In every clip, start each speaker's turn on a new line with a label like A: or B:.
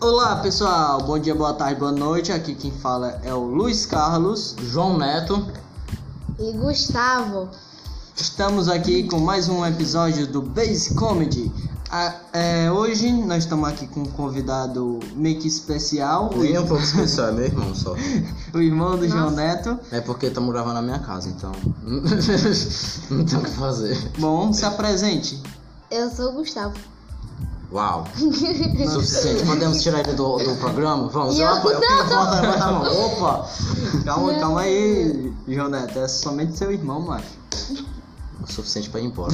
A: Olá pessoal, bom dia, boa tarde, boa noite. Aqui quem fala é o Luiz Carlos,
B: João Neto,
C: E Gustavo,
A: Estamos aqui com mais um episódio do Base Comedy. Ah, é, hoje nós estamos aqui com um convidado meio que especial, o,
B: e um pouco especial, é meu irmão só.
A: o irmão do João Neto.
B: É porque estamos gravando na minha casa, então. não tem o que fazer.
A: Bom, se apresente.
C: eu sou o Gustavo.
B: Uau! Suficiente. Podemos tirar ele do, do programa? Vamos,
C: Não,
B: eu, eu,
C: não, não.
B: volta, levanta a mão. Opa!
A: Calma, calma aí, João Neto. É somente seu irmão, macho.
B: O suficiente pra ir embora.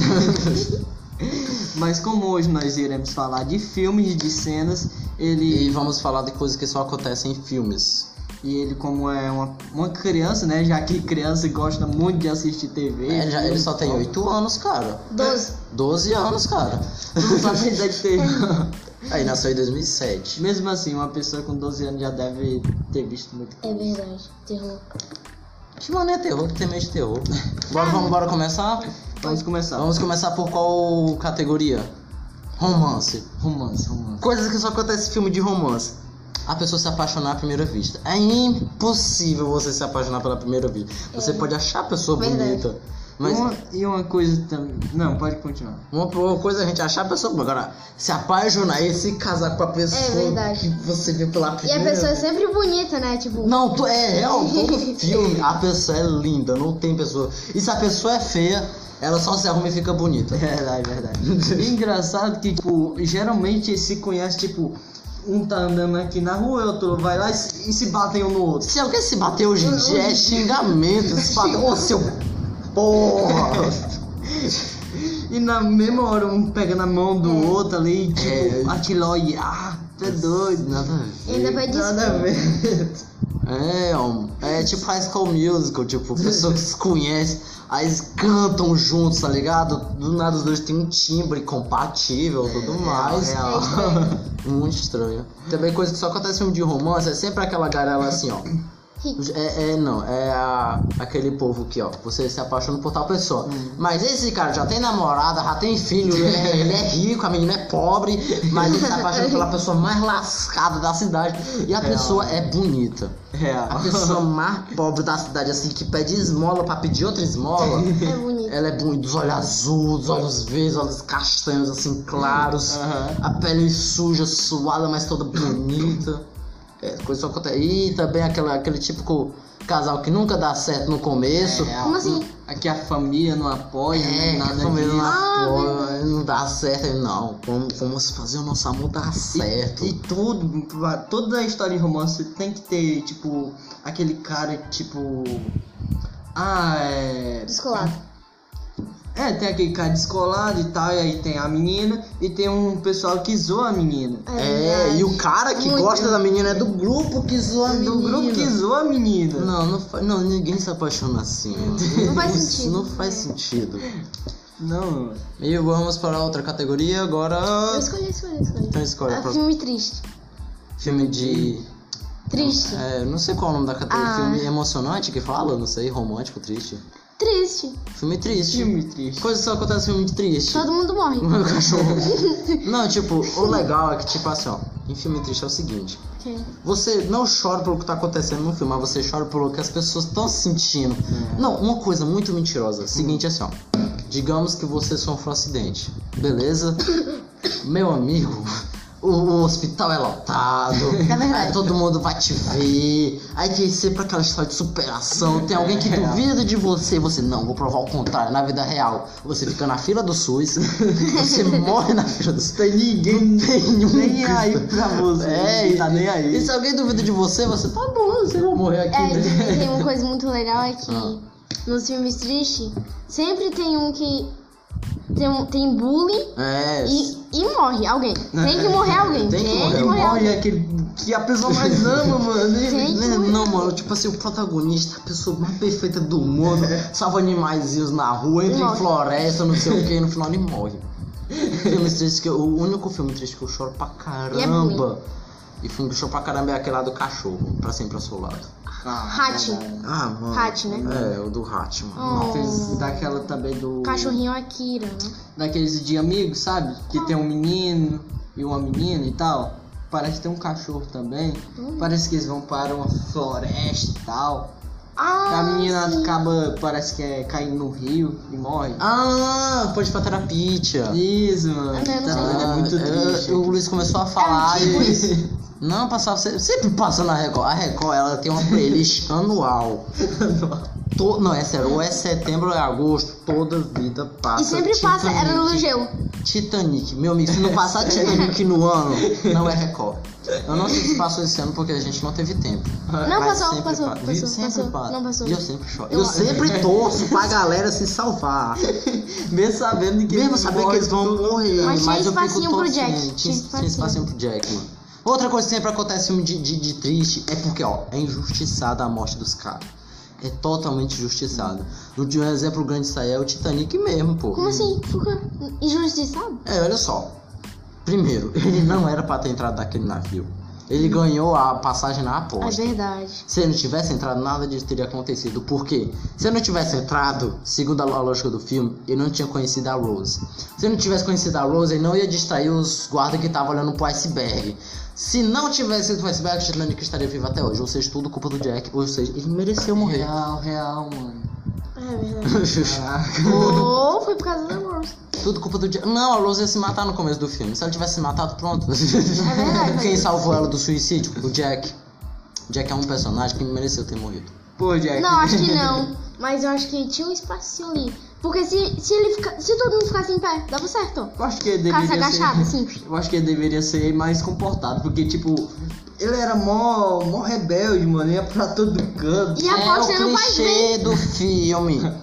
A: Mas como hoje nós iremos falar de filmes, de cenas, ele
B: e vamos falar de coisas que só acontecem em filmes.
A: e ele como é uma, uma criança, né? Já que criança gosta muito de assistir TV.
B: Ele, É, já, ele só tem 8 anos, cara.
C: 12.
B: 12 anos, cara.
A: Não sabe a idade dele.
B: Aí nasceu em 2007.
A: Mesmo assim, uma pessoa com 12 anos já deve ter visto muito.
C: É verdade, terror.
B: Que mané terror, que tem medo de terror. Bora, vamos, bora começar?
A: Vamos começar.
B: Vamos começar por qual categoria? Romance.
A: Romance, romance.
B: Coisas que só acontece em filme de romance. A pessoa se apaixonar à primeira vista. É impossível você se apaixonar pela primeira vista. Você pode achar a pessoa
C: É. Verdade.
B: bonita, mas
A: Uma- e uma coisa também. Não, pode continuar.
B: uma, uma coisa é a gente achar a pessoa bonita. Agora, se apaixonar e se casar com a pessoa
C: É verdade.
B: que você vê pela
C: E
B: primeira
C: a pessoa é sempre bonita, né? Tipo,
B: Não, tu- é real, todo filme a pessoa é linda, não tem pessoa. E se a pessoa é feia, ela só se arruma e fica
C: É
B: bonita.
A: Verdade, verdade. E engraçado que, tipo, geralmente eles se conhece, tipo, um tá andando aqui na rua, outro vai lá e se, e se batem um no outro.
B: Se alguém se bater hoje em dia é xingamento, se fala, ô seu porra!
A: E na mesma hora um pega na mão do
C: É.
A: outro ali, e, tipo,
B: É.
A: aquilo olha, ah, tu é doido.
B: Nada a
C: ainda vai
A: Nada a
C: desculpa.
A: ver.
B: né? É, um, é tipo High School Musical, tipo, pessoa que se conhece, aí eles cantam juntos, tá ligado? Do nada os dois têm um timbre compatível tudo mais.
A: É, real,
B: Muito estranho. Também coisa que só acontece em filme de romance, é sempre aquela garela assim, ó. É, é, não, é a- aquele povo que, ó, você se apaixona por tal pessoa. Mas esse cara já tem namorada, já tem filho, ele é, ele é rico, a menina é pobre, mas ele se apaixona pela pessoa mais lascada da cidade. E a pessoa é bonita.
A: Real.
B: A pessoa mais pobre da cidade, assim, que pede esmola pra pedir outra esmola.
C: É bonito.
B: Ela é bonita, dos olhos azuis, dos olhos verdes, olhos castanhos, assim, claros.
A: Aham.
B: A pele suja, suada, mas toda bonita. É, coisa só acontece. E também aquela, aquele típico casal que nunca dá certo no começo.
A: É,
C: Como assim?
A: Aqui a família não apoia,
B: É,
A: nem nada
B: nada mesmo
A: disso.
B: na porra, não dá certo, Aí, não. Vamos, vamos fazer o nosso amor dar certo.
A: E tudo, pra- toda a história de romance tem que ter, tipo, aquele cara, tipo. Ah, é.
C: Descolado.
A: É, tem aquele cara descolado e tal, e aí tem a menina, e tem um pessoal que zoa a menina.
B: é, e o cara que
C: Muito.
B: gosta da menina é do grupo que zoa a
A: É Do um grupo que
B: menina.
A: zoa a menina.
B: Não, não, fa- não, ninguém se apaixona assim. mano.
C: Não faz
B: Isso
C: sentido.
B: Não faz sentido.
A: Não.
B: E vamos para outra categoria agora.
C: Eu escolhi, escolhi, escolhi.
B: Então escolhe a
C: Ah,
B: próxima.
C: filme triste.
B: Filme de.
C: Triste.
B: é, não sei qual é o nome da categoria.
C: Ah.
B: Filme emocionante que fala? Não sei, romântico, triste.
C: Triste.
B: Filme triste.
A: Filme triste.
B: Coisa que só acontece em filme triste.
C: Todo mundo morre.
B: O Meu cachorro. não, tipo, o legal é que, tipo assim, ó, em filme triste é o seguinte.
C: Ok.
B: Você não chora pelo que tá acontecendo no filme, mas você chora pelo que as pessoas estão sentindo.
A: Uhum.
B: Não, uma coisa muito mentirosa. Seguinte assim, ó. Digamos que você sofre um acidente, beleza? Meu amigo, o, o hospital é lotado.
A: É
B: Aí todo mundo vai te ver. Aí tem sempre aquela história de superação. Tem alguém que
A: É
B: duvida de você. Você, não, vou provar o contrário. Na vida real, você fica na fila do SUS. Você morre na fila do SUS.
A: Tem ninguém
B: nenhum
A: nem aí
B: Cristo.
A: pra você.
B: É,
A: não tá nem aí.
B: E se alguém duvida de você, você tá bom, você vai morrer aqui.
C: É,
B: né?
C: e tem uma coisa muito legal é que
B: Ah.
C: nos filmes tristes sempre tem um que tem, um- tem bullying
B: É.
C: e, e morre alguém. Tem que morrer alguém.
B: Tem que morrer
C: alguém.
A: Olha, que, que a pessoa mais ama, mano.
C: Tem que
B: Né,
C: morrer.
B: Não, mano, tipo assim, o protagonista, a pessoa mais perfeita do mundo, salva animaizinhos na rua, entra em
C: É. Morre.
B: floresta, não sei o que, e no final ele morre. Filmes tristes que eu- o único filme triste que eu choro
C: é
B: pra caramba. E filme que eu choro pra caramba é aquele lá do cachorro, pra sempre ao seu lado.
C: Ratinho.
B: Ah, mano.
C: Hat, né?
B: É, o do Hatch, mano.
C: Oh,
A: Fez daquela também do.
C: Cachorrinho Akira, né?
A: daqueles de amigos, sabe? Que tem um menino e uma menina e tal. parece que tem um cachorro também. Parece que eles vão para uma floresta e tal.
C: Ah,
A: a menina
C: sim.
A: acaba, parece que é caindo no rio e morre.
B: Ah, pode ir pra terapia.
A: Isso, mano.
C: Ah, não, não sei.
A: é muito triste.
B: eu- Então, o Luiz começou a falar
C: É um tipo
B: e-
C: isso.
B: Não, passava se- sempre passa na Record. A Record ela tem uma playlist anual. To- não, é sério, ou é setembro ou é agosto, toda vida passa.
C: E sempre passa, era no
B: Titanic.
C: Geu.
B: Titanic, meu amigo, se não passar Titanic no ano, não é Record. Eu não sei se passou esse ano porque a gente não teve tempo.
C: Não
B: Mas
C: passou,
B: sempre
C: passou,
B: pa-
C: passou,
B: sempre
C: passou,
B: passa.
C: não passou.
B: E eu sempre choro.
C: Eu-
B: Eu, sempre torço pra galera se salvar.
A: Mesmo sabendo que
B: Mesmo
A: eles
B: saber que
A: morrem
B: eles vão
A: tudo.
B: morrer.
C: Mas
B: Mas,
C: tinha
B: eu fico
C: espacinho pro
B: torcendo.
C: Jack,
B: Tinha,
C: tinha
B: tinha
C: espacinho.
B: espacinho né? pro Jack, mano. Outra coisa que sempre acontece filme de, de, de triste é porque, ó, é injustiçada a morte dos caras. É totalmente injustiçada. Um exemplo grande disso aí é o Titanic mesmo, pô.
C: Como assim? Fuca? Injustiçado?
B: É, olha só. Primeiro, ele não era pra ter entrado naquele navio. Ele ganhou a passagem na
C: É
B: aposta.
C: verdade.
B: Se ele não tivesse entrado, nada disso teria acontecido. Por quê? Se ele não tivesse entrado, segundo a lo- a lógica do filme, ele não tinha conhecido a Rose. Se ele não tivesse conhecido a Rose, ele não ia distrair os guardas que estavam olhando pro iceberg. Se não tivesse ido pro iceberg, o Titanic estaria vivo até hoje. Ou seja, tudo culpa do Jack. Ou seja, ele mereceu morrer.
A: Real, real, mano.
C: É verdade.
A: Ah,
C: Ou Oh, foi por causa da Rose.
B: tudo culpa do Jack. Não, a Rose ia se matar no começo do filme. Se ela tivesse se matado, pronto.
C: verdade.
B: Quem salvou ela do suicídio? O Jack. Jack é um personagem que mereceu ter morrido.
A: Pô, Jack.
C: Não, acho que não. Mas eu acho que tinha um espacinho ali. Porque se, se ele fica, se todo mundo ficasse em pé, dava certo.
A: Eu acho que ele
C: Ficasse
A: deveria
C: agachado,
A: ser.
C: assim.
A: Eu acho que ele deveria ser mais comportado, porque tipo, ele era mó, mó rebelde, mano, ia pra todo canto.
C: E a
B: é o
C: aposta não faz bem.
B: clichê do filme.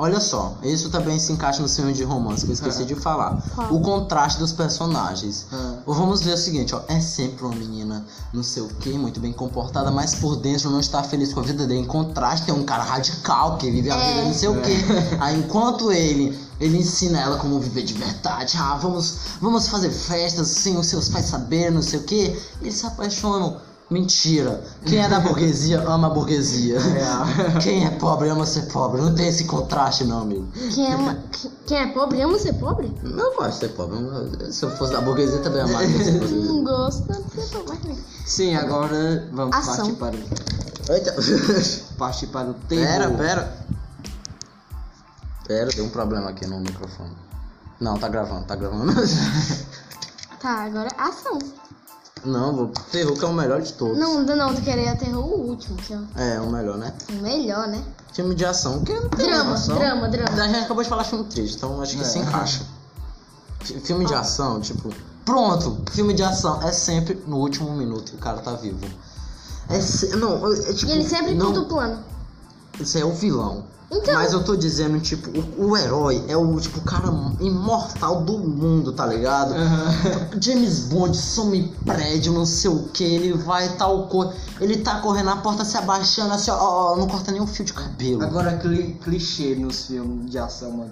B: Olha só, isso também se encaixa no filme de romance que eu esqueci de falar.
C: Qual?
B: O contraste dos personagens.
A: Ah.
B: Vamos ver o seguinte, ó, é sempre uma menina, não sei o que, muito bem comportada, mas por dentro não está feliz com a vida dele. Em contraste, tem um cara radical que vive a
C: É.
B: vida não sei o que. Aí enquanto ele, ele ensina ela como viver de verdade. Ah, vamos, vamos fazer festas sem os seus pais saberem, não sei o que. Eles se apaixonam. Mentira. Quem é da burguesia ama a burguesia.
A: É.
B: Quem é pobre ama ser pobre. Não tem esse contraste, não, amigo.
C: Quem é, uma- que- quem é pobre ama ser pobre?
B: Não gosto de ser pobre. Eu- Se eu fosse da burguesia, também amaria ser
C: Não
B: burguesia.
C: gosto de ser pobre.
A: Sim, agora vamos
C: Ação.
A: partir para, o-
B: Eita.
A: partir para o terror.
B: pera, pera. Pera, deu um problema aqui no microfone. Não, tá gravando, tá gravando.
C: Tá, agora ação.
B: Não, vou. Terror que é o melhor de todos.
C: Não, não, tu queria aterrou o último, que é
B: É, o melhor, né?
C: o melhor, né?
B: Filme de ação, que não tem
C: Drama,
B: ação.
C: drama, drama.
B: A gente acabou de falar filme triste, então acho que
A: É.
B: se encaixa. Fi- Filme de ação, tipo. Pronto, filme de ação é sempre no último minuto que o cara tá vivo. É se- Não, é, é tipo.
C: E ele sempre
B: não,
C: conta o plano.
B: Isso é o vilão.
C: Então-
B: Mas eu tô dizendo, tipo, o, o herói é o tipo o cara imortal do mundo, tá ligado? James Bond some prédio, não sei o que, ele vai tal coisa. Ele tá correndo, a porta se abaixando assim, ó, ó, ó, não corta nem um fio de cabelo.
A: Agora cli- clichê nos filmes de ação, mano.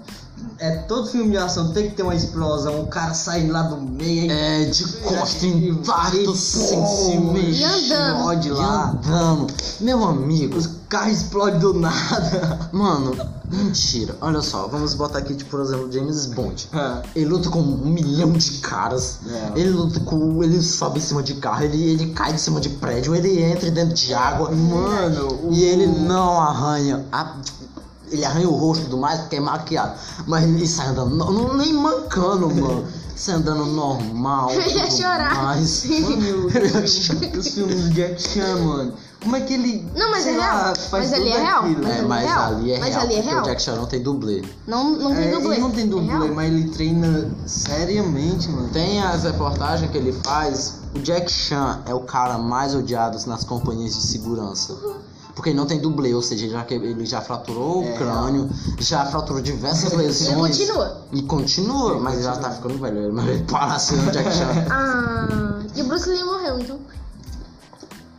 A: É todo filme de ação tem que ter uma explosão, o cara sai lá do meio, aí
B: É, de costa intacto, sem se
A: e
B: mexer.
C: andando.
A: explode lá.
B: Andando. Meu amigo.
A: Os carros explodem do nada.
B: Mano, mentira. Olha só, vamos botar aqui, tipo, por exemplo, James Bond.
A: É.
B: Ele luta com um milhão de caras.
A: É.
B: Ele luta com. Ele sobe em cima de carro, ele, ele cai de cima de prédio, ele entra dentro de água.
A: Mano, o-
B: E ele não arranha. a- ele arranha o rosto do mais porque é maquiado. Mas ele sai andando. Não, não- nem mancando, mano. Sai andando normal.
C: Eu ia
B: tudo
C: chorar.
B: mais.
A: Mano, os filmes- os filmes do Jack Chan, mano. Como é que ele.
C: Não, mas
A: sei
C: é
A: lá,
C: real.
A: faz
C: Mas ali
A: tudo
C: é real.
A: aquilo?
B: É,
C: ali
B: mas
C: é real.
B: ali é
C: Mas
B: real.
C: ali é
B: porque
C: real.
B: O Jack Chan não tem dublê.
C: Não, não tem
A: É,
C: dublê.
A: Ele não tem
C: É
A: dublê,
C: real.
A: mas ele treina seriamente, mano.
B: Tem as reportagens que ele faz. O Jack Chan é o cara mais odiado nas companhias de segurança. Porque ele não tem dublê, ou seja, ele já, que- ele já fraturou o
A: É.
B: crânio, já fraturou diversas lesões.
C: Ele continua.
B: E continua, mas ele já tá ficando velho. Mas ele para assim no Jack Chan.
C: Ah, e o Bruce Lee morreu, então.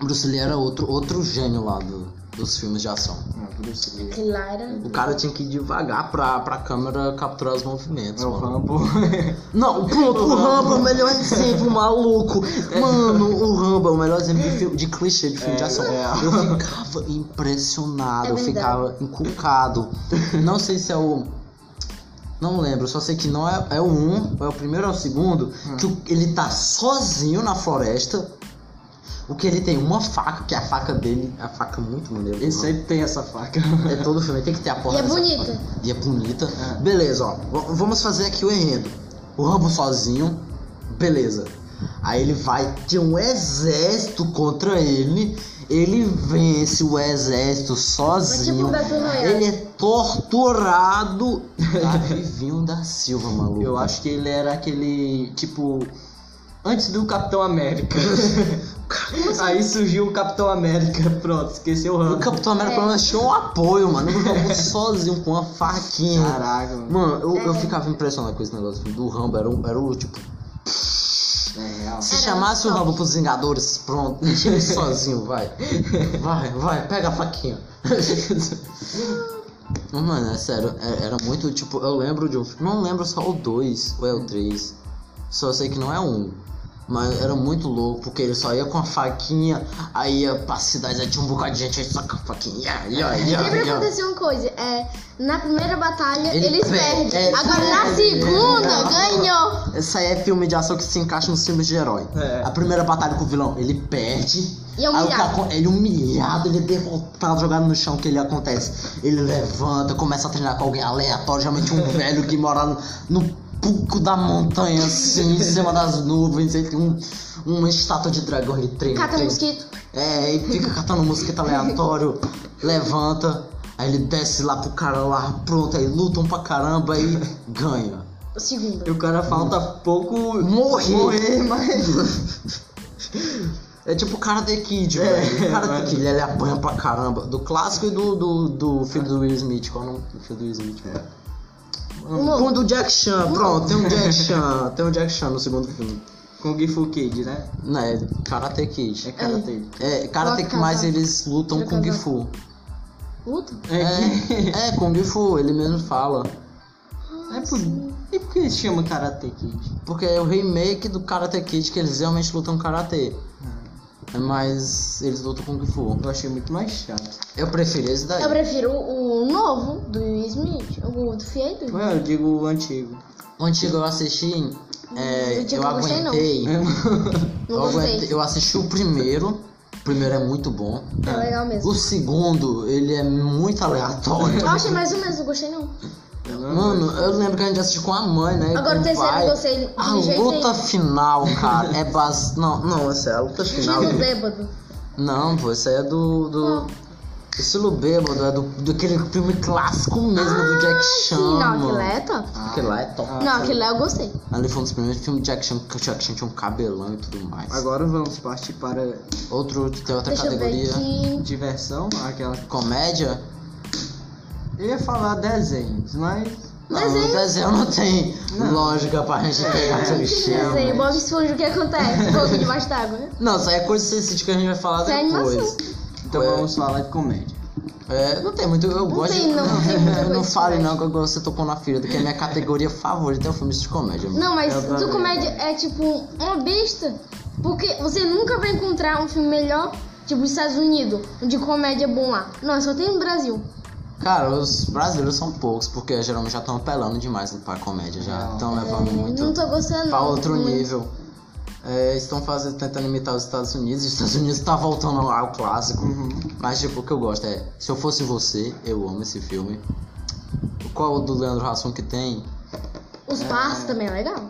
B: Bruce Lee era outro, outro gênio lá do- dos filmes de ação.
A: Ah, por isso que-
C: Aquele lá era.
B: O cara tinha que ir devagar pra, pra câmera capturar os movimentos.
A: É o
B: mano.
A: Rambo.
B: Não, pronto, o Rambo é o melhor exemplo, maluco. Mano, o Rambo é o melhor exemplo de, filme- de clichê de filme de ação.
A: é.
B: Eu ficava impressionado,
C: É
B: eu
C: verdade.
B: ficava encucado. Não sei se é o. Não lembro, só sei que não é, é o um, ou é o primeiro ou é o segundo, que o- ele tá sozinho na floresta. O que ele tem uma faca, que é a faca dele, é a faca muito maneira.
A: Ele sempre tem essa faca.
B: É todo filme, tem que ter a
C: E
B: porta.
C: é
B: dessa
C: bonita.
B: faca. E é bonita.
A: É.
B: Beleza, ó. v- vamos fazer aqui o enredo. O Rambo sozinho, beleza. Aí ele vai ter um exército contra ele. Ele vence o exército sozinho.
C: um Battle Royale.
B: ele é torturado. Davivinho da Silva, maluco.
A: Eu acho que ele era aquele, tipo, antes do Capitão América. Aí surgiu o Capitão América, pronto, esqueceu o
B: O
A: Rambo.
B: Capitão América pelo menos tinha um apoio, mano. Ele jogou sozinho com uma faquinha.
A: Caraca, mano.
B: Mano, eu,
C: É.
B: eu ficava impressionado com esse negócio do Rambo. Era o, era o tipo,
A: É real.
B: Se
C: Era
B: chamasse o
C: um
B: Rambo pros Vingadores, pronto, deixa ele sozinho, vai. Vai, vai, pega a faquinha. Mano, é sério, é- era muito tipo, eu lembro de um filme, não lembro só o 2 ou é o 3, só sei que não é um. Mas era muito louco, porque ele só ia com a faquinha, aí ia pra cidade, aí tinha um bocado de gente, aí só com a faquinha, ia, ia, ia,
C: Sempre
B: ia.
C: aconteceu uma coisa, é, na primeira batalha
B: Ele
C: eles
B: perde,
C: perdem,
B: é,
C: agora na
B: perde,
C: segunda
B: é.
C: ganhou.
B: Essa aí é filme de ação que se encaixa nos filmes de herói.
A: É.
B: A primeira batalha com o vilão, ele perde.
C: E é humilhado.
B: Aí o cara co- ele humilhado, ele é derrotado, jogado no chão, o que ele acontece? Ele levanta, começa a treinar com alguém aleatório, geralmente um velho que mora no, no puco da montanha, assim, em cima das nuvens, ele tem um, uma estátua de dragão, ele treina.
C: Cata
B: treina.
C: mosquito.
B: É, e fica catando mosquito aleatório, levanta, aí ele desce lá pro cara lá, pronto, aí lutam pra caramba e ganha.
C: Segunda.
A: E o cara falta pouco
B: Morrer.
A: morrer mas. É,
B: É tipo o cara The Kid, velho. O cara The Kid, ele apanha pra caramba. Do clássico e do, do, do filho do Will Smith. Qual o nome do filho do Will Smith?
A: É.
C: Novo.
B: Um do Jack Chan, pronto, tem um Jack Chan. Tem um Jack Chan no segundo filme.
A: Kung Fu Kid, né?
B: Né, Karate Kid.
A: É karate.
B: É, Karate Kid, mas eles lutam Kung Fu.
C: Luta?
A: É,
B: É, é, Kung Fu, ele mesmo fala.
A: é por... E por que eles chamam Karate Kid?
B: Porque é o remake do Karate Kid que eles realmente lutam Karate.
A: É.
B: Mas eles lutam Kung Fu.
A: Eu achei muito mais chato.
B: Eu preferi esse daí.
C: Eu prefiro o novo do Will Smith, o do Fiat.
A: Ué, eu digo o antigo.
B: O antigo eu assisti, é,
C: Eu digo que
B: eu
C: eu gostei, não.
B: aguentei.
C: Não
B: Eu, aguentei-
C: gostei.
B: eu assisti o primeiro. O primeiro é muito bom.
C: É legal mesmo.
B: O segundo, ele é muito aleatório.
C: Eu achei mais ou menos, não gostei não.
A: Eu não-
B: Mano, eu lembro que a gente assistiu com a mãe, né? e
C: Agora
B: com
C: o terceiro
B: pai.
C: eu gostei
B: A
C: do jeito
B: luta final, cara, é base. Não, não, essa é a luta final.
C: Chega bêbado.
B: Não, pô, isso aí é do. do... Estilo bêbado, é do, daquele filme clássico mesmo do Jack
C: Ah, Sim,
B: Chan.
C: não,
B: mano.
C: aquilo é top.
B: Aquele lá é top.
A: Ah,
C: Não, aquilo lá eu gostei.
B: Ali foi um dos primeiros filmes de Jack Chan, que o Jack Chan tinha um cabelão e tudo mais.
A: Agora vamos partir para
B: Outro, tem outra
C: Deixa eu ver
B: Tá categoria.
C: aqui.
A: diversão, aquela.
B: Comédia?
A: Eu ia falar desenhos, mas.
B: Não,
C: Desenho.
B: desenho não tem lógica pra gente
C: É.
B: pegar essa
C: Eu
B: bichinha.
C: sei, Bob Esponja, o que acontece? Fogo debaixo d'água.
B: Não, isso aí é coisa sensível que a gente vai falar
C: Isso é
B: depois.
C: animação.
A: Então
B: Ué.
A: vamos falar de comédia.
B: É, não tem muito, eu gosto
C: tem, não, não tem muita
B: Eu não
C: coisa
B: fale
C: de
B: não que agora você tocou na ferida, porque a minha categoria favorita é o filme de comédia. mano.
C: Não, mas
A: Eu também.
C: do comédia é tipo uma besta. Porque você nunca vai encontrar um filme melhor, tipo dos Estados Unidos, de comédia é bom lá. Não, só tem no Brasil.
B: Cara, os brasileiros são poucos, porque geralmente já estão apelando demais pra comédia, já
A: Não.
B: estão levando muito
C: É, Não tô gostando.
B: pra
C: não.
B: outro
C: Muito.
B: nível. É, estão fazendo, tentando imitar os Estados Unidos, os Estados Unidos tá voltando lá ao clássico.
A: Uhum.
B: Mas tipo, o que eu gosto é, se eu fosse você, eu amo esse filme. Qual o do Leandro Hassum que tem?
C: Os passos também é legal.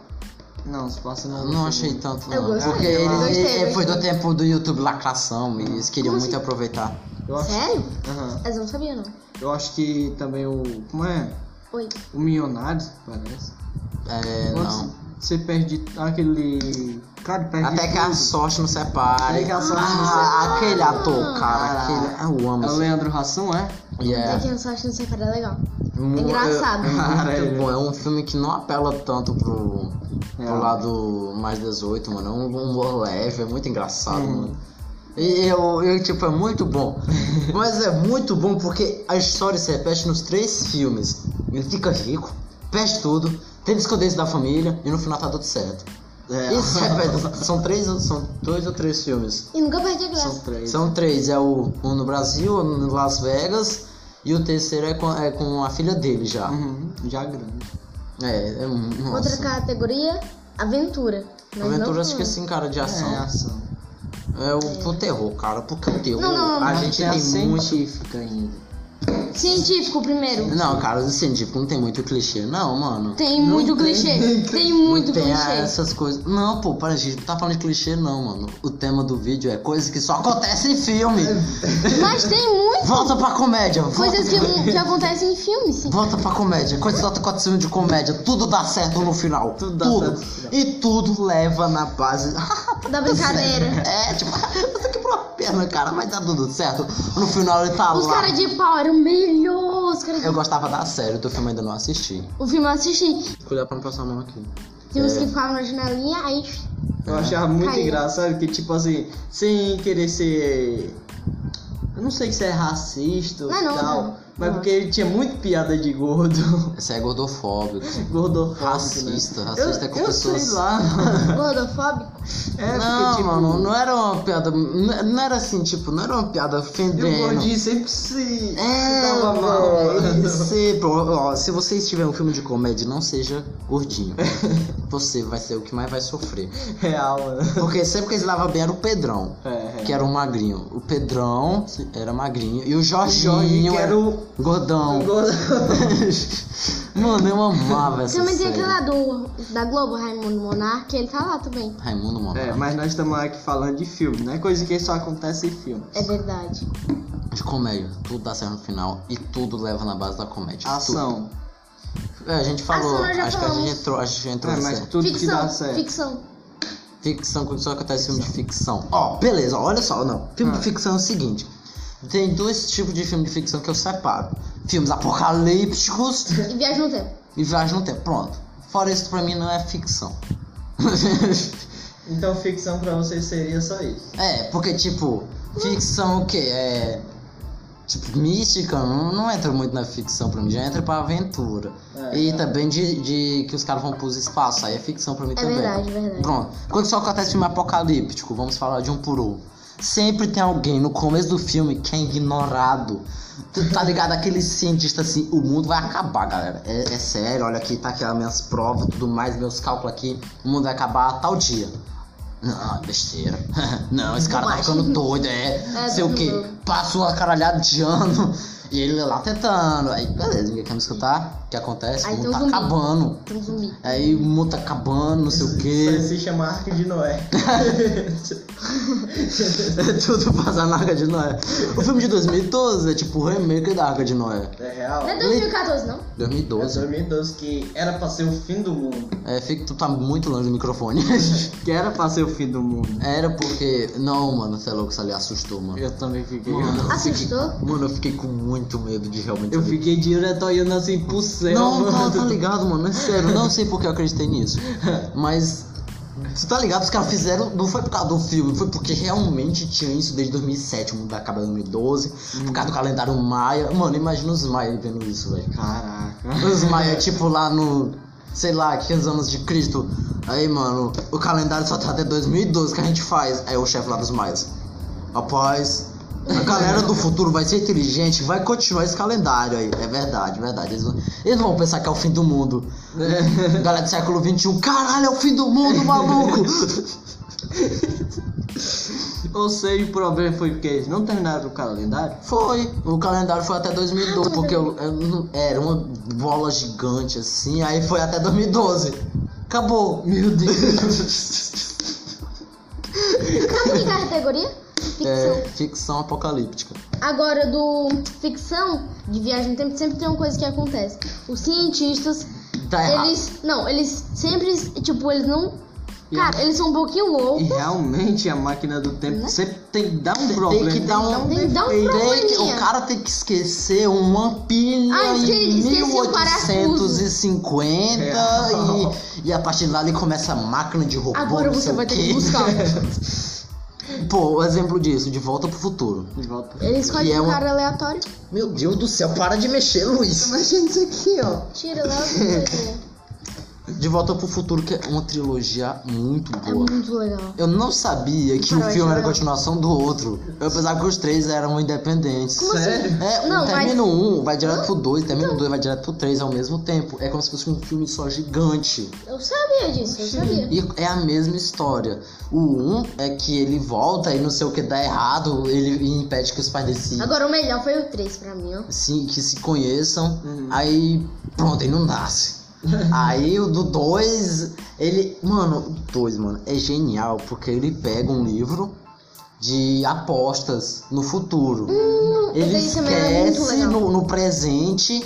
A: Não, os passa
B: Eu não achei tanto, não.
C: Eu gostei.
B: Porque
A: Eu
B: ele,
C: gostei,
B: ele-
C: gostei.
B: foi do tempo do YouTube lacração e eles queriam
C: Como
B: muito aproveitar.
A: Eu acho,
C: Sério?
B: É?
A: Aham.
C: Mas eu não sabia, não.
A: eu acho que também o. Como é?
C: Oi.
A: O Milionários, parece.
B: É,
A: Quando
B: não.
A: Você perde aquele. Cara, perde.
B: Até que a
A: tudo.
B: sorte não separe.
A: Até que a sorte não
B: Ah, aquele ator, cara.
A: Caralho.
B: Aquele, ah, eu amo
A: É o
B: esse
A: Leandro Hassum, é?
B: Yeah.
C: Daqui a sorte não sei cara é legal.
B: Mu-
C: engraçado.
B: É, é muito
A: Caralho.
B: bom. É um filme que não apela tanto pro, pro
A: É.
B: lado mais 18, mano. É um humor leve, é muito engraçado, mano. E eu, eu, tipo, é muito bom. Mas é muito bom porque a história se repete nos três filmes. Ele fica rico, perde tudo, tenta esconder isso da família e no final tá tudo certo.
A: É.
B: Isso se repete. São três, são dois ou três filmes.
C: E nunca perdi a
A: São
C: graça.
A: três.
B: São três, é o um no Brasil, um em Las Vegas e o terceiro é com, é com a filha dele já.
A: Uhum, já grande.
B: É, é um. nossa.
C: Outra categoria, aventura. Mas não
B: Aventura acho
C: com-
B: que assim, cara, de ação.
A: É, ação.
B: É o pro terror, cara, porque o terror.
C: Não, não, não,
B: a
A: Mas
B: gente
A: a
B: tem muito.
A: científica ainda.
C: Científico primeiro.
B: Não, cara, o científico não tem muito clichê, não, mano.
C: Tem muito
A: tem,
C: clichê.
A: tem,
C: Tem, muito
B: tem ah,
C: clichê.
B: essas coisas. Não, pô, para, gente, não tá falando de clichê, não, mano. O tema do vídeo é coisas que só acontecem em filme.
A: É.
C: Mas tem muito
B: Volta pra comédia, volta,
C: coisas que, que acontecem em filmes. sim.
B: volta pra comédia. Coisas que só acontecem de comédia. Tudo dá certo no final.
A: Tudo dá certo no final.
B: E tudo leva na base.
C: Da brincadeira.
B: É, tipo, você quebrou a perna, cara, mas dá tudo certo. No final ele tá
C: Os
B: lá.
C: caras de pau eram melhor. Os caras de...
B: Eu gostava da série, do filme ainda não assisti.
C: O filme eu assisti.
B: Cuidado pra não passar a mão aqui.
C: Tem uns que ficavam na janelinha, aí.
A: Eu
B: né?
A: achava muito
C: Caiu.
A: engraçado que, tipo assim, sem querer ser. Eu não sei se é racista ou
C: Não, não,
A: tal,
C: não.
A: mas
C: Não.
A: porque ele tinha muito piada de gordo,
B: Esse é gordofóbico.
A: gordofóbico.
B: Racista,
A: né?
B: racista
A: eu,
B: com
A: eu
B: pessoas-
A: Sei lá.
C: Gordofóbico.
A: É,
B: não,
A: porque, tipo,
B: mano, não era uma piada. Não não era assim, tipo, não era uma piada
A: E o
B: ofendendo.
A: gordinho sempre se. se
B: É,
A: dava mal.
B: velho, se, ó, se você estiver em um filme de comédia, não seja gordinho. você vai ser o que mais vai sofrer.
A: Real, mano.
B: Porque sempre que eles lavam bem era o Pedrão,
A: É, é.
B: que era o magrinho. O Pedrão era magrinho e o Jorginho,
A: Jorginho, que era o.
B: gordão. Mano, eu amava essa
C: Também tem
B: série.
C: aquele lá é do, da Globo, Raimundo Monarque, ele tá lá também.
B: Raimundo Mano.
A: É, mas nós estamos aqui falando de filme, né? Coisa que só acontece em filme.
C: É verdade.
B: De comédia, tudo dá certo no final e tudo leva na base da comédia.
A: Ação.
B: Tudo. É, a gente falou,
C: Ação nós já
B: acho que a
C: falamos.
B: gente entrou, acho que entrou
A: É,
B: nessa.
A: mas tudo que
C: ficção.
A: dá certo.
C: Ficção.
B: Ficção, quando só acontece filme
A: É.
B: de ficção. Ó, beleza, olha só, não. Filme
A: Ah.
B: de ficção é o seguinte: tem dois tipos de filme de ficção que eu separo: filmes apocalípticos
C: E viagem no tempo.
B: e viagem no tempo. Pronto. Fora isso, pra mim não é ficção.
A: Então ficção pra você seria só isso.
B: É, porque tipo, ficção o quê? É. Tipo, mística não, não entra muito na ficção pra mim, já entra pra aventura.
A: É.
B: e também de, de que os caras vão pros espaços, aí é ficção pra mim também.
C: verdade, é verdade.
B: Pronto. Quando só acontece filme apocalíptico, vamos falar de um por um. Sempre tem alguém no começo do filme que é ignorado. Tu Tá ligado? Aquele cientista assim, o mundo vai acabar, galera. É, é sério, olha aqui, tá aqui as minhas provas, tudo mais, meus cálculos aqui. O mundo vai acabar tal dia. Não, besteira. Não, esse cara tá
C: Bobagem.
B: ficando doido, é.
C: É,
B: sei o
C: tudo
B: quê.
C: doido.
B: Passou a caralhada de ano e ele lá tentando. Aí, beleza, ninguém quer me escutar. O que acontece?
C: Aí
B: o
C: tem
B: mundo
C: um
B: tá
C: zumbi.
B: acabando.
C: Tem um zumbi.
B: Aí o mundo tá acabando, não sei o
A: Isso
B: quê.
A: se chama Arca de Noé.
B: É Tudo passa na Arca de Noé. O filme de 2012 é tipo o remake da Arca de Noé.
A: é real. É
C: Não é 2014, não?
B: 2012.
A: 2012 que era pra ser o fim do mundo.
B: É, fica, tu tá muito longe do microfone.
A: Que era pra ser o fim do mundo.
B: Era porque. Não, mano, você é louco, isso ali assustou, mano.
A: Eu também fiquei.
B: Mano, eu fiquei-
C: Assustou?
B: Mano, eu fiquei com muito medo de realmente
A: Eu
B: ver
A: fiquei direto olhando assim pro céu.
B: Não,
A: mano.
B: não, tá ligado, mano. É sério, não sei porque eu acreditei nisso. Mas. Você tá ligado? Os caras fizeram. Não foi por causa do filme, foi porque realmente tinha isso desde 2007, o mundo acaba em 2012, por causa do calendário Maia. Mano, imagina os Maia vendo isso, velho.
A: Caraca.
B: Os Maia, tipo, lá no. Sei lá, 500 anos de Cristo. Aí, mano, o calendário só tá até 2012 que a gente faz. Aí o chefe lá dos Maias. Rapaz, a galera do futuro vai ser inteligente, vai continuar esse calendário aí. É verdade, verdade. Eles, vão- eles vão pensar que é o fim do mundo.
A: É.
B: Galera do século XXI, caralho, é o fim do mundo, maluco!
A: Ou seja, o problema foi porque eles não terminaram o calendário.
B: Foi, o calendário foi até 2012, porque eu- eu não- era uma bola gigante assim, aí foi até 2012. Acabou.
A: Meu Deus.
C: Sabe que Tá categoria? Ficção.
B: É, ficção apocalíptica.
C: Agora, do ficção, de viagem no tempo, sempre tem uma coisa que acontece. Os cientistas,
B: Tá errado.
C: eles. Não, eles sempre. Tipo, eles não.
B: é
C: Cara, eles são um pouquinho
A: E
C: loucos.
A: realmente a máquina do tempo sempre tem que dar um problema.
B: Né? que dar um-
C: Tem que dar um
A: defeito.
B: Tem que- o
C: Probleminha.
B: cara tem que esquecer uma pilha
C: Ah,
B: em
C: esque- esqueci o parafuso.
B: 1850
A: Real.
B: e, e a partir de lá ele começa a máquina de robô.
C: Agora
B: não
C: você
B: sei o
C: vai ter que
B: quê.
C: buscar. um.
B: Pô, o exemplo disso, de volta pro futuro.
A: De volta pro-
C: Ele
B: E
C: escolhe
B: é
C: um
B: uma-
C: cara aleatório.
B: Meu Deus do céu, para de mexer, Luiz.
A: Imagina isso aqui, ó.
C: Tira logo. não sei o quê.
B: De Volta pro Futuro, que é uma trilogia muito
C: É
B: boa.
C: muito legal.
B: Eu não sabia que um
C: Cara,
B: filme
C: eu-
B: era continuação do outro. Eu pensava que os três eram independentes.
C: Como
A: Sério?
C: assim?
B: É, um
C: Não, mas- Então.
B: termina um, vai direto pro dois, termina o dois, vai direto pro três ao mesmo tempo. É como se fosse um filme só gigante.
C: Eu sabia disso, eu sabia.
B: E é a mesma história. O um é que ele volta e não sei o que dá errado, ele impede que os pais dele se,
C: Agora o melhor foi o 3 pra mim, ó.
B: se- que se conheçam.
A: Uhum.
B: Aí, pronto, ele não nasce. Aí o do dois ele. Mano, o dois mano, é genial, porque ele pega um livro de apostas no futuro.
C: Hum,
B: Ele
C: esse também era muito
B: esquece
C: legal.
B: no, no presente.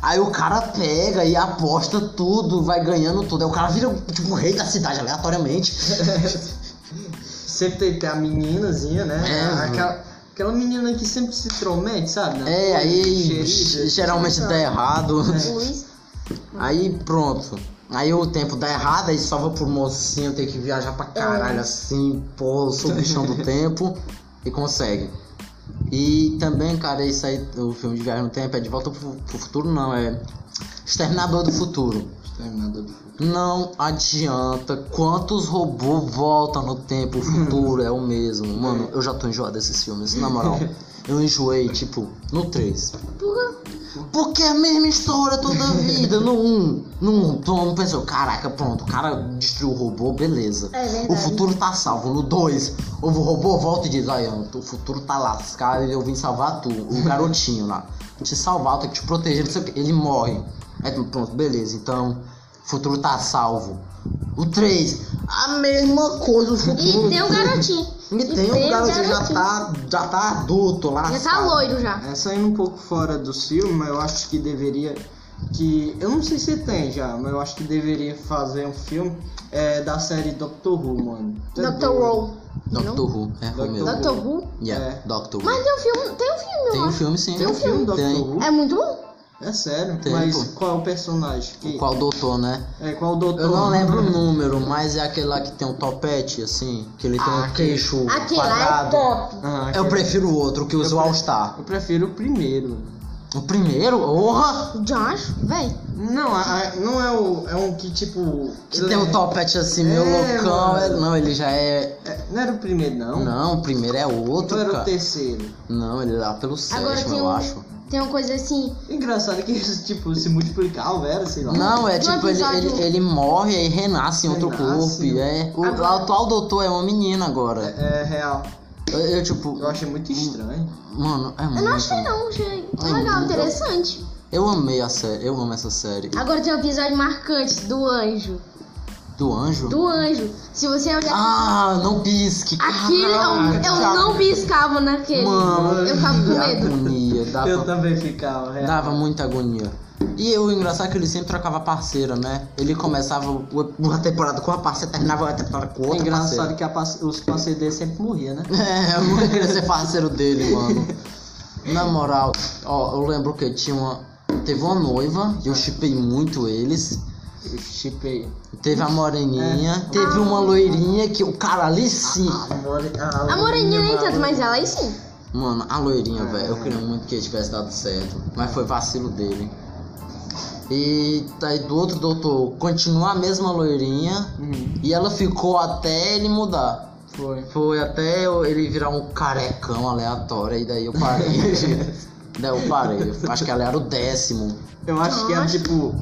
B: Aí o cara pega e aposta tudo, vai ganhando tudo. Aí o cara vira tipo o rei da cidade aleatoriamente.
A: Sempre tem- tem a meninazinha, né?
B: É,
A: aquela, aquela menina que sempre se tromete, sabe? né?
B: É, aí
A: Xerife.
B: geralmente
C: né?
B: dá errado.
C: É. Luiz,
B: Aí pronto. Aí o tempo dá errado, aí salva pro mocinho ter que viajar pra caralho assim, pô, eu sou o bichão do tempo e consegue. E também, cara, isso aí, o filme de viagem no tempo é de volta pro, pro futuro, não, é Exterminador do Futuro.
A: Exterminador do Futuro.
B: Não adianta quantos robôs voltam no tempo, o futuro é o mesmo. Mano, eu já tô enjoado desses filmes, na moral. Eu enjoei, tipo, no 3.
C: por quê?
B: Porque é a mesma história toda a vida. No 1, no 1, todo mundo pensou, caraca, pronto, o cara destruiu o robô, beleza.
C: É verdade.
B: o futuro tá salvo. No 2, o robô volta e diz, olha, o futuro tá lascado e eu vim salvar tu, o garotinho lá. Te salvar, tem que te proteger, não sei o que. Ele morre. Aí tu, pronto, beleza, então o futuro tá salvo. O 3, a mesma coisa, o futuro.
C: E tem um garotinho.
B: E tem um garotinho já
C: garotinho.
B: tá, já tá adulto lá.
C: Já tá
B: sabe?
C: loiro já.
A: É, saindo um pouco fora do filme, mas eu acho que deveria. Que. Eu não sei se tem já, mas eu acho que deveria fazer um filme é, da série Doctor Who, mano. Tu é
C: Dr.
A: doido.
C: Who.
B: Doctor Who, é ruim mesmo.
A: Doctor
C: Dr. Who?
B: Yeah,
A: É.
B: Doctor Who.
C: Mas tem um filme, tem um filme,
B: Tem
C: eu
B: um
C: acho.
B: filme sim.
C: Tem um filme
A: Doctor
B: Tem.
A: Who?
C: É muito bom.
A: É sério?
B: Tem,
A: mas
B: pô.
A: qual é o personagem? Que,
B: O Qual doutor, né?
A: É, qual o doutor?
B: Eu não lembro o número, mas é aquele lá que tem um topete, assim, que ele tem
A: Ah,
B: um
A: aquele-
B: queixo
C: Aquele lá é
B: quadrado.
C: top.
A: Ah,
B: Eu
A: aquele-
B: prefiro o outro, que usa o
A: pre-
B: All Star.
A: Eu prefiro o primeiro.
B: O primeiro, orra!
C: Josh, véi.
A: Não, a- a- não é o. É um que tipo.
B: Que
A: ele
B: tem um
A: é-
B: topete assim, meio
A: É,
B: loucão.
A: mano.
B: é- Não, ele já é...
A: é, Não era o primeiro, não.
B: Não, o primeiro é o outro,
A: Então era o
B: cara.
A: terceiro.
B: Não, ele é lá pelo
C: Agora
B: sétimo,
C: tem
B: eu acho.
C: um. Tem uma coisa assim.
A: Engraçado que eles, tipo, se multiplicavam, era, sei lá.
B: Não, é
C: No
B: tipo, ele,
C: episódio- né?
B: ele, ele morre e renasce em outro corpo.
A: Renasce.
B: e É. O
C: Agora-
B: o atual doutor é uma menina agora.
A: É, é real.
B: Eu, eu, tipo,
A: Eu achei muito estranho.
B: mano, é muito.
C: Eu não achei não, achei
B: Uhum.
C: legal, interessante.
B: Eu amei a série, eu amo essa série.
C: Agora tem um episódio marcante do anjo.
B: Do anjo?
C: Do anjo. Se você olhar.
B: Ah, não pisque.
C: Aquele é um-
B: Caraca.
C: eu não piscava naquele.
B: Mano,
C: eu ficava
B: que
C: com medo.
B: agonia. Dava,
A: Eu também ficava, real.
B: dava muita agonia. E o engraçado é que ele sempre trocava parceira, né? Ele começava o- uma temporada com uma parceira, terminava a temporada com outra
A: Engraçado
B: parceira.
A: que a parce- os parceiros dele sempre morriam, né?
B: É, eu nunca queria ser parceiro dele, mano. Na moral, ó, eu lembro que tinha uma... Teve uma noiva, e eu chipei muito eles.
A: Eu chipei. É.
B: Teve a moreninha, teve uma loirinha que o cara ali sim.
A: Ah,
C: A moreninha nem tanto, mas ela aí sim.
B: Mano, a loirinha,
A: É.
B: velho. Eu queria muito que tivesse dado certo. Mas foi vacilo dele. E daí do outro doutor continua a mesma loirinha.
A: Uhum,
B: E ela ficou até ele mudar.
A: foi.
B: Foi até eu- ele virar um carecão aleatório. E daí eu parei. daí eu parei. Acho que ela era o décimo.
A: Eu acho que era tipo.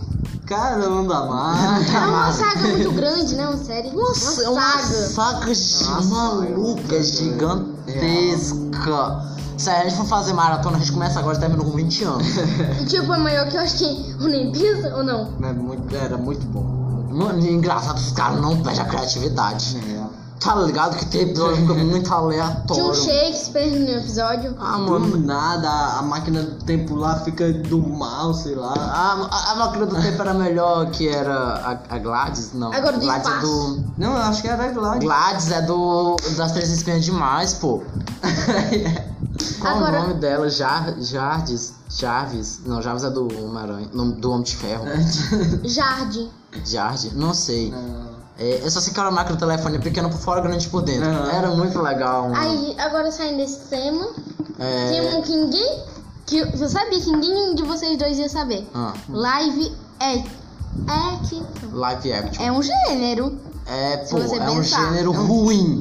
A: Cara, não dá
B: Tá
C: Era
A: mais.
C: uma saga muito grande, né? Uma série.
B: Nossa,
C: uma
B: é uma
C: saga.
B: saga gi-
A: Nossa, é
B: maluca,
A: eu-
B: gigantesca. Se a gente for fazer maratona, a gente começa agora e termina com 20 anos.
C: E tipo, é maior que eu acho que o Olimpíada ou não?
A: Mas É muito- Era muito bom.
B: Mano, e é engraçado, os caras não perdem a criatividade.
A: É.
B: Tá ligado que tem episódio que é muito
C: Tinha um
B: aleatório.
C: Shakespeare no episódio.
B: Ah,
A: Do
B: mano.
A: nada, a máquina do tempo lá fica do mal, sei lá.
B: A, Ah, a, a máquina do tempo era melhor que era a, a Gladys, não.
C: Agora do
B: Gladys é
C: espaço.
B: do.
A: Não, eu acho que era Gladys.
B: Gladys é do. Das Três Espinhas demais, pô. Qual
C: Agora-
B: o nome dela? Jar, Jardes? Jarvis? Não, Jarvis é do Homem-Aranha. não, Do Homem de Ferro.
C: Jardim.
B: Jardim? Não sei.
A: Não.
B: É, eu só sei que era uma máquina do telefone pequena por fora, grande por dentro.
A: Aham.
B: Era muito legal. um mano.
C: Aí, agora saindo desse tema,
B: É,
C: tem um que ninguém. Que eu sabia que ninguém de vocês dois ia saber.
B: ah.
C: Live é. É que.
B: Live action.
C: É um gênero.
B: É,
C: Se
B: pô,
C: você
B: é um
C: pensar.
B: gênero ruim.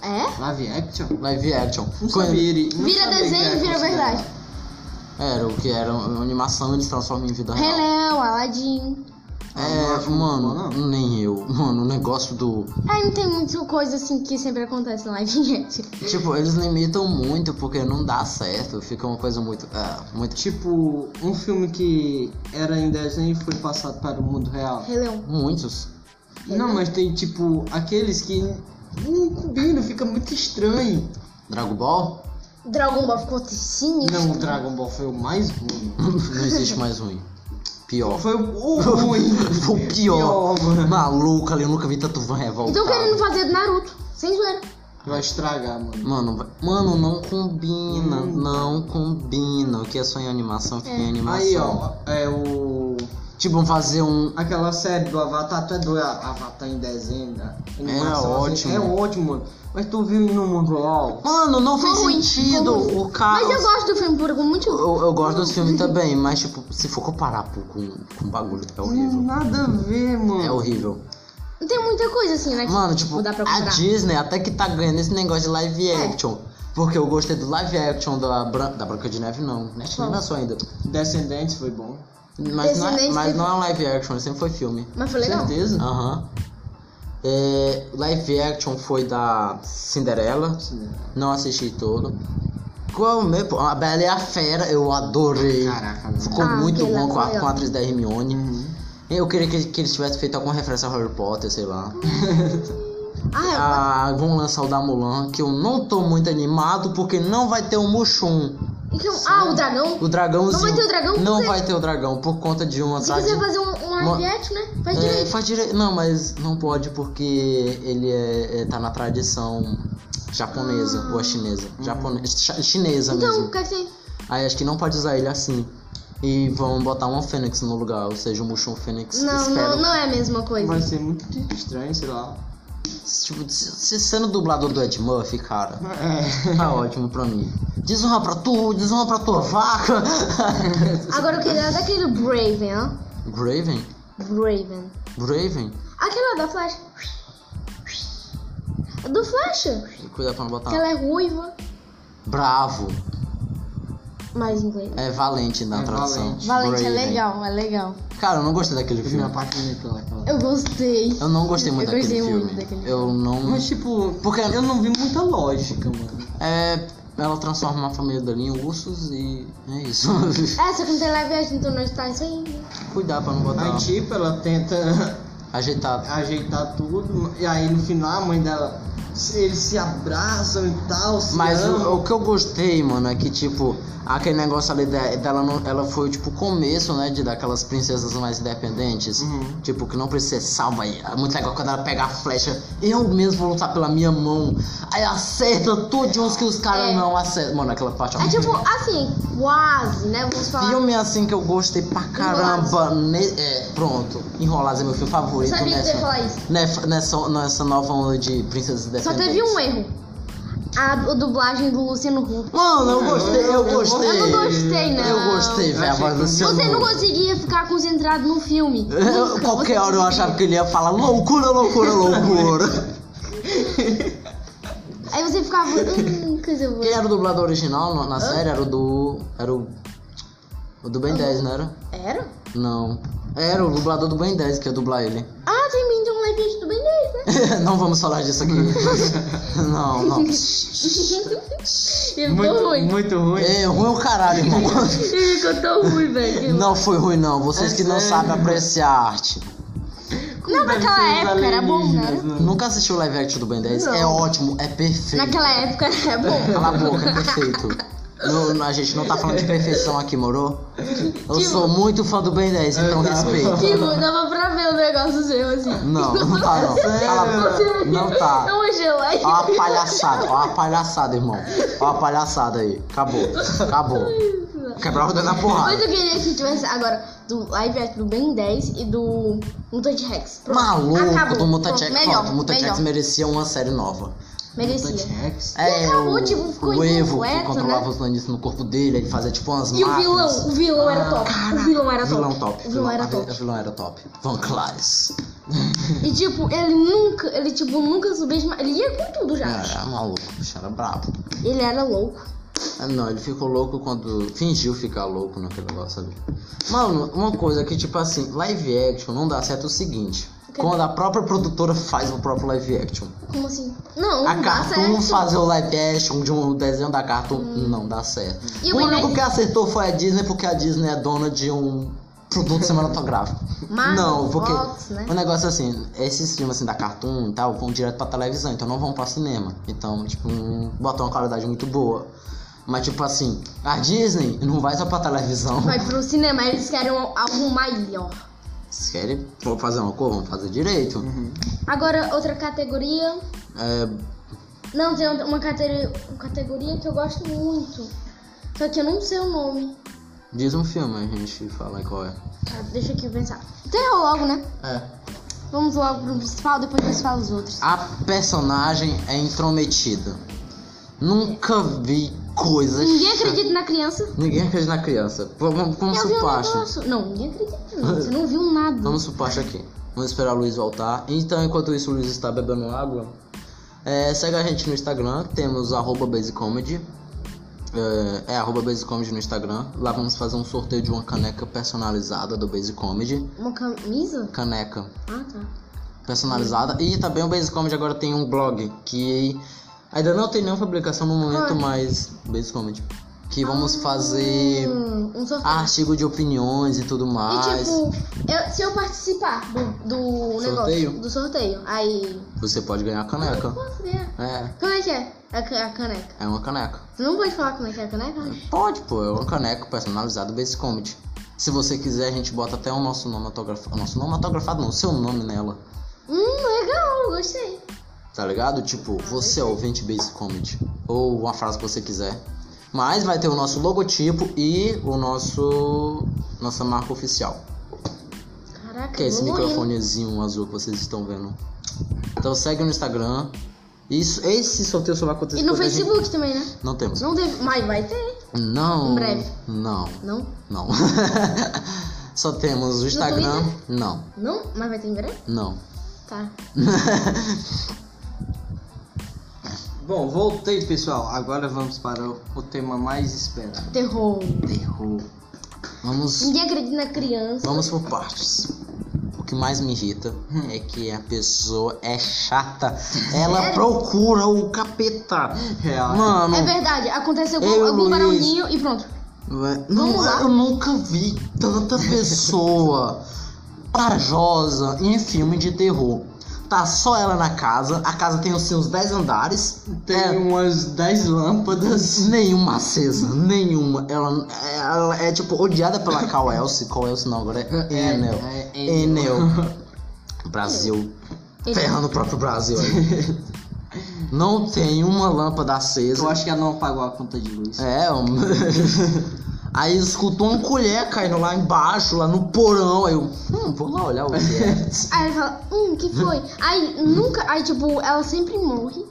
C: É?
A: Live action?
B: Live action.
A: Não
B: Quando-
A: sabia, ele- não
C: Vira
A: sabia que
C: desenho
A: era
C: e vira
A: considerado.
C: verdade.
B: Era o que era uma animação, eles transformam em vida
C: Rei
B: real.
C: Leão, Aladdin.
A: não
B: É,
A: acho muito
B: mano,
A: bom,
B: nem eu. Mano, o negócio do.
C: Aí não tem muita coisa assim que sempre acontece na live né? action.
B: Tipo, eles limitam muito porque não dá certo. Fica uma coisa muito. ah, muito.
A: Tipo, um filme que era em desenho e foi passado para o mundo real.
C: Rei Leão.
B: Muitos.
A: Não, mas tem tipo aqueles que não combinam, fica muito estranho.
B: Dragon Ball?
C: Dragon Ball ficou sinistro.
A: Não, o Dragon Ball foi o mais ruim.
B: Não existe mais ruim. Pior.
A: Foi o o ruim.
B: Foi o pior.
A: mano.
B: Maluco ali, eu nunca vi tanto van revoltado.
C: Então querendo fazer do Naruto. Sem zoeira.
A: Vai estragar, mano.
B: Mano, vai- mano, não combina, não combina. O que é só em animação, fica em animação.
A: Aí, ó, é o.
B: Tipo, vão fazer um.
A: Aquela série do Avatar, tu é doido, Avatar em desenho, né? Animação,
B: ótimo.
A: É ótimo, mano. Mas tu viu no mundo real?
B: Mano, não fez
C: Ficou ruim,
B: sentido
C: ficou ruim.
B: o cara.
C: Mas eu gosto do filme por algum motivo.
B: Eu, eu gosto dos filmes também, mas tipo, se for comparar pô, com, com bagulho, é
A: Não,
B: horrível.
A: nada a ver, mano.
B: É horrível.
C: Não tem muita coisa assim, né? que
B: Mano, tipo,
C: dá pra É.
B: a
C: comprar.
B: Disney até que tá ganhando esse negócio de live action. Porque eu gostei do live action da, Bran... da Branca de Neve, não. Né? Acho que Não lançou ainda.
A: Descendentes foi bom.
B: Mas, não é,
C: Descendentes
B: mas
C: teve-
B: não é um live action, sempre foi filme.
C: Mas foi legal.
A: Certeza?
B: Aham. É, live action foi da Cinderela. Não assisti todo. Qual o meu? A Bela e a Fera, eu adorei.
A: Caraca, mano.
B: Ficou
C: Ah,
B: muito
C: aquele
B: bom
C: lá
B: com a,
C: foi
B: com a atriz da Hermione. Eu queria que, que eles tivessem feito alguma referência a Harry Potter, sei lá.
C: Ah,
B: Ah, vão lançar o da Mulan, que eu não tô muito animado porque não vai ter o Mushum.
C: então, ah, o dragão.
B: O dragãozinho.
C: Não vai ter o dragão?
B: Não
C: Por quê?
B: vai ter o dragão, por conta de uma
C: Se
B: tradi-
C: quiser fazer um, um live action, né? Faz
B: É,
C: direito.
B: faz direito. Não, mas não pode porque ele é, é- tá na tradição japonesa ou a chinesa. Japonesa, chi- chinesa
C: Então,
B: mesmo.
C: o que é que tem?
B: Aí acho que não pode usar ele assim. E vão botar uma Fênix no lugar, ou seja, o Mushroom Fênix.
C: Não,
B: espero.
C: não, não é a mesma coisa.
A: Vai ser muito estranho, sei lá.
B: Tipo, se, se sendo dublador do Ed Murphy, cara,
A: É.
B: tá ótimo pra mim. Desonra pra tu, desonra pra tua vaca.
C: Agora eu queria daquele Braven, ó.
B: Braven?
C: Braven.
B: Braven?
C: Aquela da Flash. A Do Flash.
B: Cuidado pra não botar.
C: Que ela é ruiva.
B: Bravo.
C: Mais inglês.
B: É valente na
A: É
B: tradução.
A: valente. é
C: Valente é
B: Braven.
C: legal, é legal.
B: Cara, eu não gostei daquele filme.
A: Minha parte né? daquela. aquela.
C: Eu gostei.
B: Eu não gostei muito
C: Eu gostei
B: daquele
C: muito
B: filme.
C: daquele
B: Eu não.
A: Mas tipo,
B: Porque-
A: eu não vi muita lógica, mano.
B: É. Ela transforma a família dela em ursos e. É isso.
C: É, só que não tem live action, então não está isso aí.
B: Cuidar pra não botar.
A: Aí tipo, ela tenta
B: Ajeitado.
A: ajeitar tudo, e aí no final a mãe dela, se- eles se abraçam e tal, se
B: Mas o,
A: amam.
B: o que eu gostei, mano, é que, tipo, aquele negócio ali de- dela, não, ela foi, tipo, o começo, né, de daquelas princesas mais independentes.
A: Uhum.
B: Tipo, que não precisa ser salva aí. É muito legal quando ela pega a flecha. Eu mesmo vou lutar pela minha mão. Aí acerta todos uns que os caras
C: É.
B: não acertam. Mano, aquela parte. ó.
C: É tipo, assim, quase, né? Vamos falar.
B: Filme assim que Uhum. eu gostei pra caramba. Ne- é, pronto. Enrolados é meu filme favorito.
C: Eu sabia que você ia
B: nessa,
C: falar isso.
B: nef- nessa, nessa nova onda de Princesas Independentes.
C: Só teve um erro. A du- dublagem do Luciano Huck.
B: Mano, eu gostei, eu
A: eu
B: gostei.
C: não gostei, não.
B: Eu gostei, velho. A
A: achei
B: voz
A: que
B: do Luciano.
C: Você não conseguia ficar concentrado no filme.
B: Eu- Qualquer hora eu achava que ele ia falar loucura, loucura, loucura.
C: Aí você ficava. Hum, coisa boa.
B: Quem era o dublador original na- na série? Era o do. Era o. O do Ben 10, não era?
C: Era?
B: Não. Era o dublador do Ben 10 que ia dublar ele.
C: Ah, tem mim de um live action do Ben 10, né?
B: não vamos falar disso aqui. não, não.
C: Ele ficou
A: muito,
C: ruim.
A: muito ruim.
B: É ruim o caralho, irmão.
C: Ele ficou tão ruim, velho.
B: Não foi ruim, não. Vocês que não
A: É sério.
B: sabem apreciar a arte.
C: Não, naquela época era bom, né?
A: Alienígenas, mano.
B: Nunca assistiu o live action do Ben 10? É ótimo, é perfeito.
C: Naquela época era bom.
B: Cala a boca, é perfeito. Não, não, a gente não tá falando de perfeição aqui, moro? Eu sou muito fã do Ben 10, então
A: tá.
B: respeito.
C: Tipo, dava pra ver o negócio seu assim. É um
B: Não, não tá, não. Cala a- Não tá.
C: Não, Angela. aí-
B: Ó a palhaçada, ó a palhaçada, irmão. Ó a palhaçada aí. Acabou, acabou. Quebrar o dedo na
C: Mas
B: porrada.
C: eu queria que tivesse agora do live action do Ben 10 e do Mutant Rex. Pronto.
B: Maluco
C: Acabou.
B: do Mutant
C: Pronto,
B: Jack.
C: Melhor,
B: Pronto, o Mutant
C: melhor.
B: Jack merecia uma série nova. É,
C: Merecia.
B: né?
A: Rex.
C: E acabou, tipo, ficou
B: o Evo que
C: incompleto,
B: controlava
C: né?
B: os nanistas no corpo dele, ele fazia tipo umas
C: E o
B: máquinas.
C: vilão, o vilão era top. o vilão era top.
B: Ah, Vilão top.
C: O vilão era
B: a- O
C: top.
B: vilão era top. Van Clares.
C: E tipo, ele nunca, ele tipo, nunca subestimava. Ele ia com tudo já.
B: Era maluco, bicho, era brabo.
C: Ele era louco.
B: Ah, Não, ele ficou louco quando. Fingiu ficar louco naquele negócio ali. Mano, uma coisa que, tipo assim, live action não dá certo é o seguinte. Quando a própria produtora faz o próprio live action.
C: Como assim? Não, é
B: A
C: não dá
B: Cartoon
C: certo. Hum.
B: fazer o live action de um desenho da Cartoon não dá certo.
C: E
B: o
C: o
B: único
C: Inés-
B: que acertou foi a Disney, porque a Disney é dona de um produto cinematográfico.
C: Marvel,
B: não, porque
C: Fox, Ah, né?
B: o negócio é assim, esses filmes assim da Cartoon e tal vão direto pra televisão, então não vão pra cinema. Então, tipo, não botam uma qualidade muito boa. Mas tipo assim, a Disney não vai só pra televisão.
C: Vai pro cinema, eles querem arrumar aí, ó.
B: Vocês querem vou fazer uma cor, vamos fazer direito.
C: Agora, outra categoria.
B: É,
C: Não, tem uma cateri- categoria que eu gosto muito. Só que eu não sei o nome.
B: diz um filme, a gente fala qual é.
C: Tá, deixa aqui eu pensar. Terror logo, né?
B: É.
C: Vamos logo pro principal, depois a gente fala os outros.
B: A personagem é intrometida. Nunca vi coisas.
C: Ninguém acredita na criança.
B: Ninguém acredita na criança. V- Vamos, vamos
C: eu vi um
B: supor, acha.
C: negócio. Não, ninguém acredita não. Você não viu nada.
B: Vamos supor, acha aqui. Vamos esperar o Luiz voltar. Então, enquanto isso, o Luiz está bebendo água. É, segue a gente no Instagram. Temos arroba basecomedy. É, é arroba basecomedy no Instagram. Lá vamos fazer um sorteio de uma caneca personalizada do Basic Comedy.
C: Uma camisa?
B: Caneca.
C: Ah, tá.
B: personalizada. E também o Base Comedy agora tem um blog que ainda não tem nenhuma publicação no momento,
C: Ah.
B: mas Base Comedy. Que vamos fazer
C: Hum, um sorteio.
B: artigo de opiniões e tudo
C: E
B: mais.
C: tipo, eu- se eu participar do, do
B: Sorteio?
C: negócio, do sorteio, aí.
B: Você pode ganhar a caneca.
C: Posso ganhar?
B: É,
C: Como é que é a, ca- a caneca?
B: é uma caneca.
C: Você não pode falar como é que é a caneca?
B: Pode, pô, é uma caneca personalizada do Base Comedy. Se você quiser, a gente bota até o nosso nome autografado. Nosso nome autografado não, o seu nome nela.
C: Hum, legal, gostei.
B: Tá ligado? Tipo, você é ouvinte Base Comedy. Ou uma frase que você quiser. Mas vai ter o nosso logotipo e o nosso. Nossa marca oficial.
C: Caraca,
B: Que é esse
C: vou morrer.
B: microfonezinho azul que vocês estão vendo. Então segue no Instagram. Isso, esse sorteio só vai acontecer
C: E no
B: quando a gente-
C: Facebook também, né?
B: Não temos.
C: Não deve. Mas vai ter,
B: Não.
C: Em breve.
B: Não.
C: não?
B: Não. só temos o Instagram. Não.
C: Não? Mas vai ter em breve?
B: Não.
C: Tá.
A: Bom, voltei pessoal. Agora vamos para o o tema mais esperado.
C: Terror.
B: Errou. Vamos.
C: Ninguém acredita na criança.
B: Vamos por partes. O que mais me irrita é que a pessoa é chata. Ela procura o capeta.
A: Real.
B: Mano,
C: É verdade, acontece algum,
B: Eu,
C: algum
B: Luiz.
C: barulhinho e pronto.
B: ué,
C: Vamos
B: não,
C: lá.
B: eu nunca vi tanta pessoa corajosa em filme de terror. Tá só ela na casa, a casa tem assim, uns 10 andares.
A: Tem
B: É,
A: umas 10 lâmpadas.
B: Nenhuma acesa, nenhuma. Ela, ela é tipo odiada pela Cal Elsie. Qual Elsie não, agora é Enel.
A: é
B: Enel.
A: Enel.
B: Brasil.
C: Ele-
B: Ferrando o próprio Brasil. aí. não tem uma lâmpada
A: Eu
B: acesa.
A: acho que ela não pagou a conta de luz.
B: É, um... aí escutou uma colher caindo lá embaixo, lá no porão. Aí eu, hum, vou lá olhar o que é.
C: Aí ele fala, hum, que foi? Aí nunca. Aí tipo, ela sempre morre.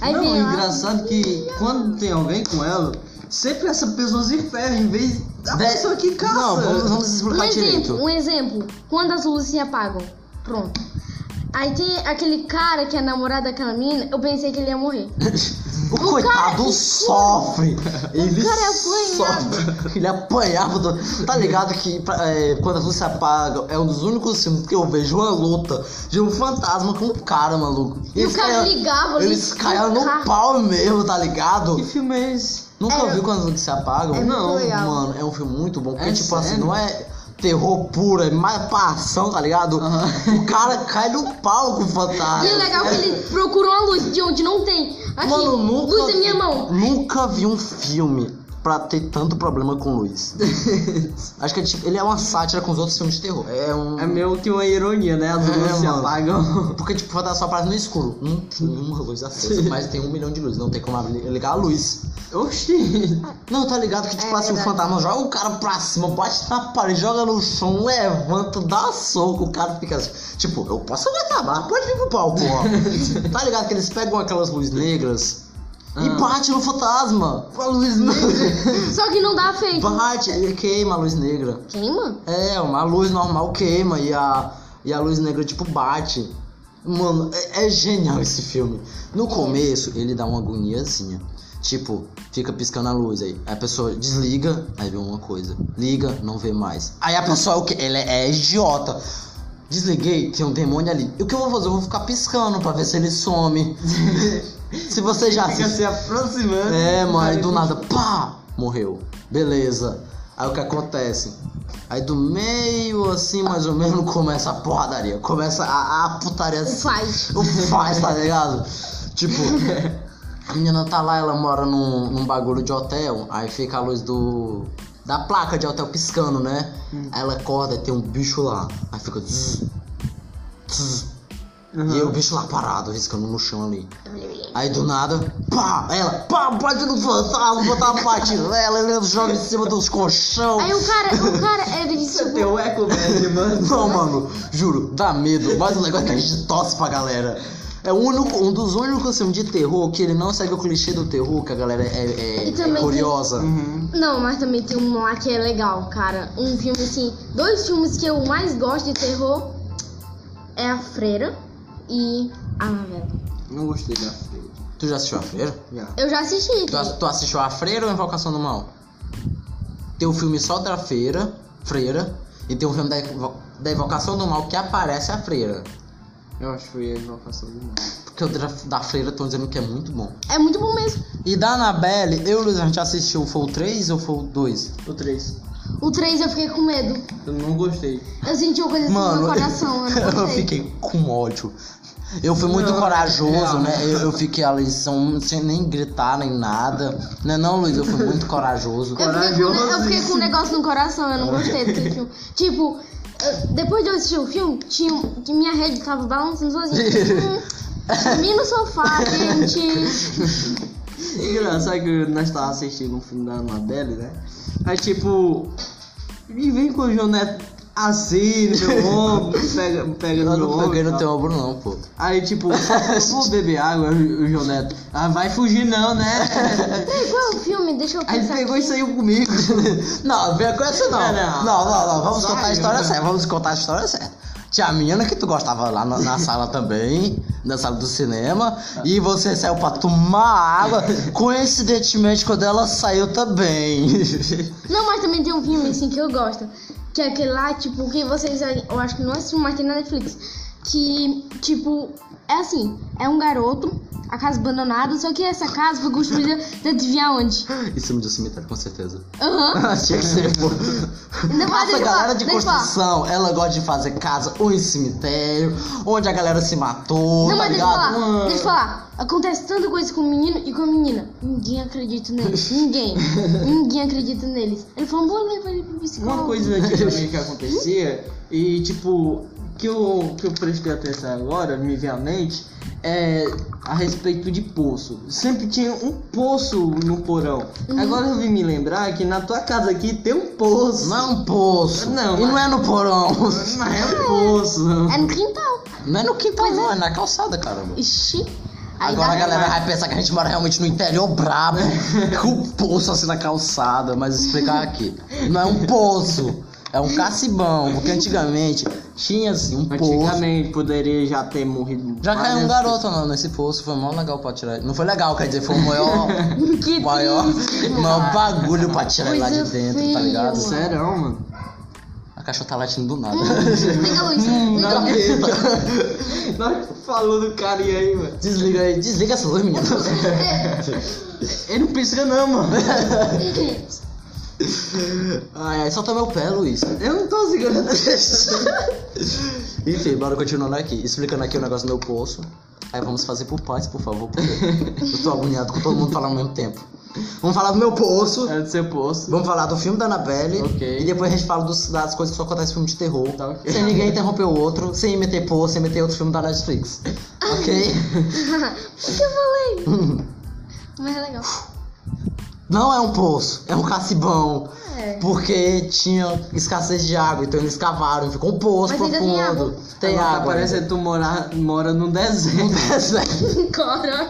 C: Aí
A: não,
C: vem
A: é
C: ela-
A: engraçado que quando tem alguém com ela, sempre essa pessoa se ferra em vez da
B: Dez-
A: pessoa que caça.
B: Não, vamos, vamos
C: Um
B: explicar direito.
C: exemplo, um exemplo. Quando as luzes se apagam. Pronto. Aí tem aquele cara que é namorado daquela menina, eu pensei que ele ia morrer.
B: O, coitado
C: cara-
B: sofre. Ele
C: cara é apanhava.
B: sofre. Ele apanhava. do- Tá ligado que pra- é, quando a luz se apaga, é um dos únicos filmes que eu vejo uma luta de um fantasma com um cara, maluco.
C: E o cara ligava assim, ali,
B: Eles caiam no
C: cara.
B: pau mesmo, tá
A: Que
B: ligado?
A: filme é esse?
B: Nunca
C: Era-
B: viu quando as luzes se apagam?
C: É muito
B: não,
C: legal.
B: mano, é um filme muito bom. Porque,
A: É
B: tipo assim,
A: sério?
B: não é terror puro, é mais pra ação, tá ligado?
A: Aham.
B: O cara cai no pau com o fantasma.
C: E é legal que ele procurou a Assim, luz de onde não tem. Aqui,
B: Mano, nunca.
C: luz da minha
B: vi-
C: mão.
B: Nunca vi um filme pra ter tanto problema com o Luiz. Acho que é tipo, ele é uma sátira com os outros filmes de terror. É um.
A: É meio que uma ironia, né? As
B: É,
A: luzes se
B: mano.
A: apagam.
B: Porque, tipo, vai dar só parada no escuro. Não tem nenhuma luz acesa, mas tem um milhão de luzes. Não tem como abrir- ligar a luz.
A: Oxi.
B: Não, tá ligado que, tipo,
C: É
B: assim, o
C: verdade.
B: fantasma joga o cara pra cima, bate na parede, joga no chão, levanta, dá soco, o cara fica assim. Tipo, eu posso me acabar, pode vir pro palco, ó. tá ligado que eles pegam aquelas luzes negras e
A: Ah.
B: bate no fantasma. Com a luz negra.
C: Só que não dá feito.
B: bate, aí queima a luz negra.
C: Queima?
B: É, uma luz normal queima e a, e a luz negra, tipo, bate. Mano, é, é genial esse filme. No começo, ele dá uma agoniazinha. Tipo, fica piscando a luz aí. Aí a pessoa desliga, aí vê uma coisa. Liga, não vê mais. Aí a pessoa, o quê? Ele é, é idiota. Desliguei, tem um demônio ali. E o que eu vou fazer? Eu vou ficar piscando pra ver se ele some. se você já
A: Fica
B: assistiu.
A: se aproximando.
B: É, mano, aí do nada, pá, morreu. Beleza. Aí o que acontece? Aí do meio assim, mais ou menos, começa a porradaria. Começa a, a putaria. assim.
C: O faz.
B: O faz, tá ligado? Tipo, a menina tá lá, ela mora num, num bagulho de hotel, aí fica a luz do. da placa de hotel piscando, né? Aí ela acorda e tem um bicho lá. Aí fica. zzz, zzz.
A: Uhum.
B: E o bicho lá parado, riscando no chão ali. Aí do nada, pá, aí ela, pá, bate no fantasma, botar uma patinela, ele joga em cima dos colchão.
C: Aí o cara, o cara, é, ele disse.
A: Você tem o eco né? bad, mano.
B: Não, mano, juro, dá medo, mas o negócio é que a gente tosse pra galera. É o único, um dos únicos filmes de terror que ele não segue o clichê do terror, que a galera é, é-
C: E também
B: é
C: tem-
B: curiosa.
A: Uhum.
C: Não, mas também tem um lá que é legal, cara. Um filme assim. Dois filmes que eu mais gosto de terror é A Freira e A Novela.
A: Não gostei da feira.
B: Tu já assistiu a freira?
A: Já.
C: Eu já assisti.
B: Tu, ass- tu assistiu a freira ou a Invocação do Mal? Tem o filme só da feira, freira, e tem o filme da, Invo- da Invocação do Mal que aparece a freira.
A: Eu acho que foi a invocação do mal.
B: Porque o da, da freira estão dizendo que é muito bom.
C: É muito bom mesmo.
B: E da Annabelle, eu e o Luiz, a gente assistiu, foi o 3 ou foi o 2?
A: O 3.
C: O 3 eu fiquei com medo.
A: Eu não gostei.
C: Eu senti uma coisa assim no meu coração. Eu, não
B: eu
C: gostei.
B: fiquei com ódio. Eu fui muito
A: Não,
B: corajoso,
A: real.
B: né? Eu, eu fiquei ali sem, sem nem gritar, nem nada. Não é não, Luiz? Eu fui muito corajoso.
C: Eu fiquei, com,
A: Corajoso.
C: eu fiquei com um negócio no coração, eu não gostei daquele filme. Tipo, eu- depois de eu assistir o filme, tinha, um- que minha rede tava balançando sozinha. Hum, dormi no sofá, gente.
A: Engraçado que nós tava assistindo um filme da Annabelle, né? Aí tipo. Ele vem com o João Neto assim no meu ombro, pega, pega no meu
B: Eu não
A: ombro.
B: peguei
A: e
B: no
A: tal.
B: teu ombro, não, pô.
A: Aí tipo, eu vou beber água, o o João Neto. Ah, vai fugir não, né?
C: Peraí, qual é o filme? Deixa eu
A: Aí
C: pensar.
A: ele
B: Tá,
A: pegou e saiu comigo.
B: Não, vem com essa não.
A: Não, não.
B: Não, não, não. Vamos
A: Sai,
B: contar a história
A: né?
B: certa. Vamos contar a história certa. Tinha a menina que tu gostava lá na, na sala também, na sala do cinema, e você saiu pra tomar água. Coincidentemente, quando ela saiu também.
C: Não, mas também tem um filme assim que eu gosto. Que é aquele lá, tipo, que vocês. Eu acho que não assistiu, mas tem na Netflix. Que, tipo, é assim: é um garoto, a casa abandonada, só que essa casa foi construída de adivinhar onde?
B: Isso me deu cemitério, com certeza.
C: Aham.
B: Tinha que ser, pô.
C: Ainda mais
B: Essa
C: deixa eu
B: galera
C: falar,
B: de
C: deixa eu falar.
B: construção, ela gosta de fazer casa ou em cemitério, onde a galera se matou,
C: Não,
B: tá
C: mas deixa eu
B: ligado?
C: falar, deixa eu falar. Acontece tanta coisa com o menino e com a menina. Ninguém acredita neles. Ninguém. Ninguém acredita neles. Ele falou, vou levar ele pro psicólogo.
A: Uma coisa antigamente que acontecia e tipo que eu, que eu prestei atenção agora, me veio à mente, é a respeito de poço. Sempre tinha um poço no porão. Agora eu vim me lembrar que na tua casa aqui tem um poço.
B: Não é um poço.
A: Não,
B: e não é no porão.
A: Não é um poço.
C: É no quintal.
B: Não é no quintal, não, é na calçada, caramba.
C: Ixi. Aí
B: Agora
C: dá
B: a galera
C: ruim.
B: vai pensar que a gente mora realmente no interior brabo, com um poço assim na calçada, mas explicar aqui. Não é um poço, é um cacibão, porque antigamente tinha assim um poço.
A: Antigamente poderia É já ter morrido.
B: Já caiu
A: várias
B: um garoto não, nesse poço, foi mó legal pra tirar. Não foi legal, quer dizer, foi o maior.
C: Que
B: maior, maior bagulho pra tirar ele lá de
C: Coisa
B: dentro, tá
C: feia,
B: ligado?
A: pessoas. Sério, mano.
B: A cachorra tá latindo do nada.
C: Pega a luz.
B: Hum,
A: Um
C: Então,
A: Nós falou do carinha aí, mano.
B: Desliga aí, desliga essa luz, menina.
A: Ele não pisca não, mano.
B: Ai, ai, solta meu pé, Luiz.
A: Eu não tô segurando.
B: Enfim, bora continuando aqui, explicando aqui o negócio do meu poço. Aí vamos fazer por partes, por favor, porque eu tô agoniado com todo mundo falando ao mesmo tempo. Vamos falar do meu poço.
A: Era É do seu poço.
B: Vamos falar do filme da Annabelle.
A: Ok.
B: E depois a gente fala dos- das coisas que só acontecem em filme de terror.
A: Tá, ok.
B: Sem ninguém interromper o outro, sem meter poço, sem meter outro filme da Netflix. ok?
C: O que eu falei? Mas é legal.
B: Não é um poço, é um cacibão.
C: É.
B: Porque tinha escassez de água, então eles cavaram, e ficou um poço
C: Mas ainda tem
B: profundo.
C: água.
B: Tem
A: Agora
B: água.
A: Parece que tu mora, mora num
B: Um
A: deserto.
B: deserto.
C: Coroca.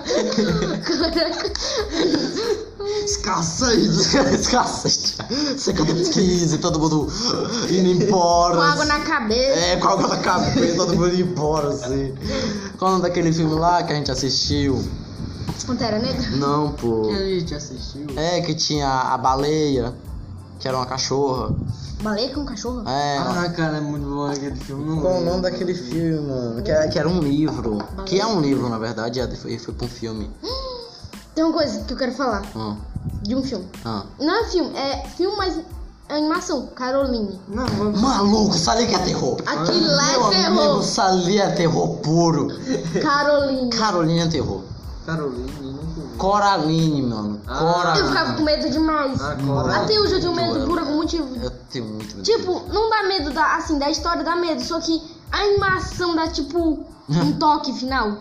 C: Coroca.
B: Escassez, escassez. Secada de 15, todo mundo eh, indo embora.
C: Com água na cabeça.
B: É, com água na cabeça, todo mundo indo embora, assim. Qual o nome daquele filme lá que a gente assistiu?
C: Pantera Negra.
B: Não, pô.
A: Que a gente assistiu.
B: É, que tinha a baleia, que era uma cachorra.
C: Baleia com cachorro.
B: É.
A: Ah, cara, é muito bom aquele filme. Não
B: Qual o
A: lembro.
B: nome daquele filme, mano? Que, é- que era um livro.
C: Ah,
B: Que é um livro, na verdade, é, foi, foi pra um filme.
C: Tem uma coisa que eu quero falar
B: Ah,
C: de um filme.
B: ah.
C: Não é filme, é filme, mas é animação. Caroline.
A: Não, vamos.
B: Maluco, sabe que é terror?
C: Aquilo lá
B: Meu
C: é
B: Amigo,
C: terror.
B: Sali é terror puro.
C: Caroline.
B: Carolina é terror.
A: Caroline, nunca vi.
B: Coraline, mano.
A: Ah.
C: Eu
B: Coraline.
C: ficava com medo demais.
A: Ah,
C: Até
A: Coraline.
C: hoje eu tenho medo por algum motivo.
B: Eu tenho muito medo.
C: Tipo, não dá medo da, assim, da história dá medo, só que a animação dá tipo um toque final.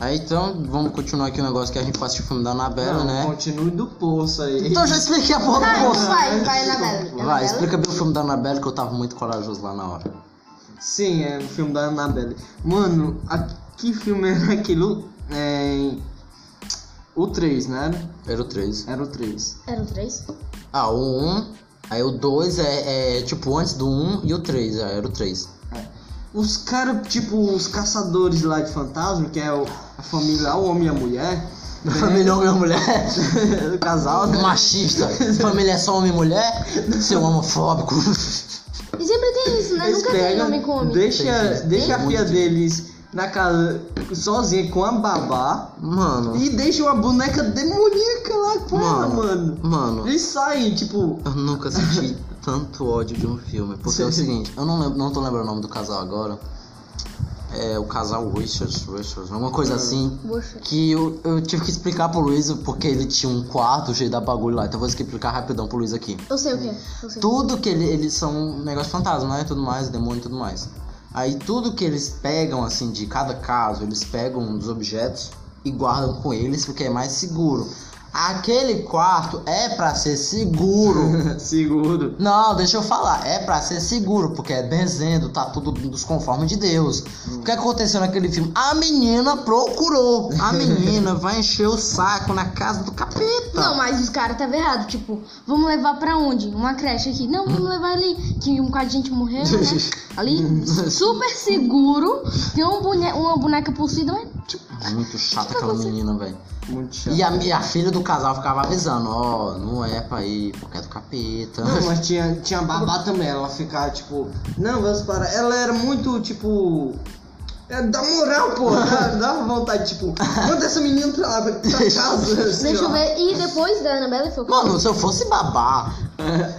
B: Aí então, vamos continuar aqui o negócio que a gente faz o filme da Anabela,
A: Não,
B: né?
A: continue do poço aí.
B: Então eu já expliquei a porra
C: Tá,
B: do
C: então
B: poço.
C: vai, vai, Anabela.
B: Vai, explica bem o filme da Anabela que eu tava muito corajoso lá na hora.
A: Sim, é o filme da Annabelle. Mano, a- que filme era aquilo? É... O 3, né?
B: Era o 3.
A: Era o 3.
C: Era o 3?
B: Ah, o 1. Aí o 2 é, é, tipo antes do 1 e o 3. É, era o 3.
A: Os caras, tipo, os caçadores lá de fantasma, que é o- a família, lá, o homem e a mulher.
C: É.
B: Família homem e mulher.
A: o casal, né?
B: Machista. Família é só homem e mulher. Seu homofóbico.
C: E sempre tem isso, né?
A: Eles
C: Nunca tem
A: pegam,
C: homem com homem.
A: deixa, deixa a
B: Muito.
A: filha deles na casa sozinha com a babá
B: Mano.
A: e deixa uma boneca demoníaca lá com ela, mano.
B: Mano.
A: Eles saem, tipo,
B: Eu nunca senti tanto ódio de um filme. Porque é o
A: Sim.
B: seguinte, eu não, lembro, não tô lembrando o nome do casal agora. É o casal Richards, Richards, alguma coisa assim.
C: Poxa.
B: Que eu, eu tive que explicar pro Luiz porque ele tinha um quarto cheio da bagulho lá. Então eu vou explicar rapidão pro Luiz aqui.
C: Eu sei o que é. eu sei.
B: Tudo que ele- eles são um negócio fantasma, né? Tudo mais, demônio e tudo mais. Aí tudo que eles pegam, assim, de cada caso, eles pegam um dos objetos e guardam com eles porque é mais seguro. Aquele quarto é pra ser seguro.
A: seguro.
B: Não, deixa eu falar. É pra ser seguro, porque é desenho, tá tudo dos conformes de Deus. O que aconteceu naquele filme? A menina procurou. A menina vai encher o saco na casa do capeta.
C: Não, mas os caras estavam errados. Tipo, vamos levar pra onde? Uma creche aqui. Não, vamos levar ali. Tinha um bocado de gente morrendo, né? Ali, super seguro. Tem um bone- uma boneca possuída, mas tipo,
B: Muito chata aquela menina, velho.
A: Muito chato.
B: é E a, e a filha do casal ficava avisando, ó, não é pra ir, porque é do capeta.
A: Não, mas tinha, tinha babá também, ela ficava tipo, não, vamos parar. Ela era muito tipo. É, da moral, pô, dava vontade, tipo, manda essa menina pra lá, pra casa. assim, sei
C: deixa eu
A: lá.
C: ver. E depois da Anabela foi o quê?
B: Mano, se eu fosse babá,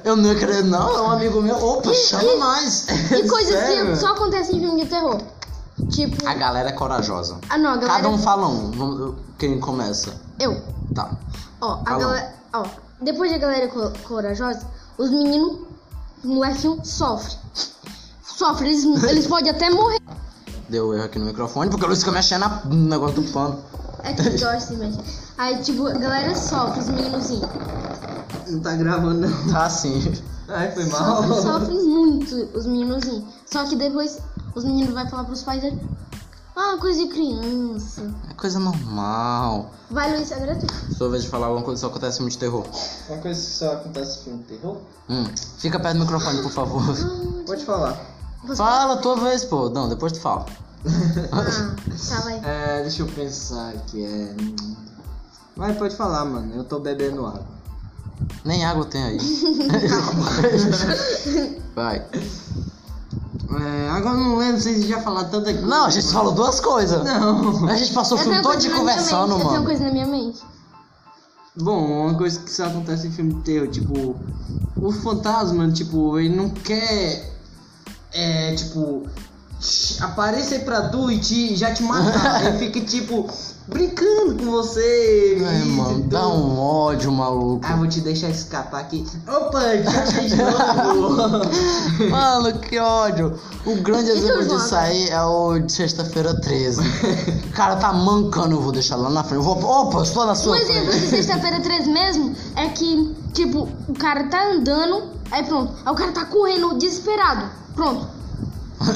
B: eu não ia querer, não, é um amigo meu. Opa, chama
C: e-
B: mais.
C: E coisas
A: Sério?
C: que só acontecem em filme de terror. Tipo,
B: A galera é corajosa.
C: ah não, a galera.
B: Cada um fala um. Vamos- Quem começa?
C: Eu.
B: Tá.
C: Ó, a
B: Fala.
C: galera. Ó, depois da galera co- corajosa, os meninos, os molequinhos sofrem. Sofrem, eles, eles podem até morrer.
B: Deu erro aqui no microfone, porque o Luiz fica mexendo na- no negócio do pano.
C: É que gosta de mexer. Aí, tipo, a galera sofre, os meninozinhos.
A: Não tá gravando, não.
B: Tá assim.
A: Ai, foi mal.
C: Sofrem, sofrem muito, os meninozinhos. Só que depois os meninos vão falar pros pais dele. Ah, coisa de criança.
B: É coisa normal.
C: Vai, Luiz, é gratuito.
B: Sua vez de falar alguma coisa, só acontece muito de terror.
A: Uma coisa que só acontece em filme de terror?
B: Hum, fica perto do microfone, por favor.
A: Pode falar.
B: Fala, tua vez, pô. Não, depois tu fala.
C: Ah, tá, vai.
A: É, deixa eu pensar aqui, é. Vai, pode falar, mano. Eu tô bebendo água.
B: Nem água tem aí. Vai.
A: É, agora eu não lembro, vocês já falaram tanto aqui.
B: Não, a gente falou duas coisas.
A: Não.
B: A gente passou o
C: Eu tenho
B: filme
C: uma
B: todo
C: coisa na minha
B: de
C: mente.
B: conversando,
C: Eu tenho uma
B: mano.
C: coisa na minha mente.
A: Bom, uma coisa que só acontece em filme de terror, tipo, o fantasma, tipo, ele não quer. É, tipo. aparecer pra tu e te, já te matar. Aí fica tipo, brincando com você.
B: É,
A: e
B: mano,
A: tudo.
B: dá um ódio, maluco.
A: Ah, vou te deixar escapar aqui. Opa, te achei de novo.
B: Mano, que ódio. O grande
C: Isso
B: exemplo
C: joga.
B: disso aí é o de sexta-feira 13. O cara tá mancando, eu vou deixar lá na frente. Eu vou, opa, estou na
C: Um
B: sua
C: exemplo de
B: frente.
C: sexta-feira 3 mesmo é que, tipo, o cara tá andando, aí pronto. Aí o cara tá correndo desesperado. Pronto.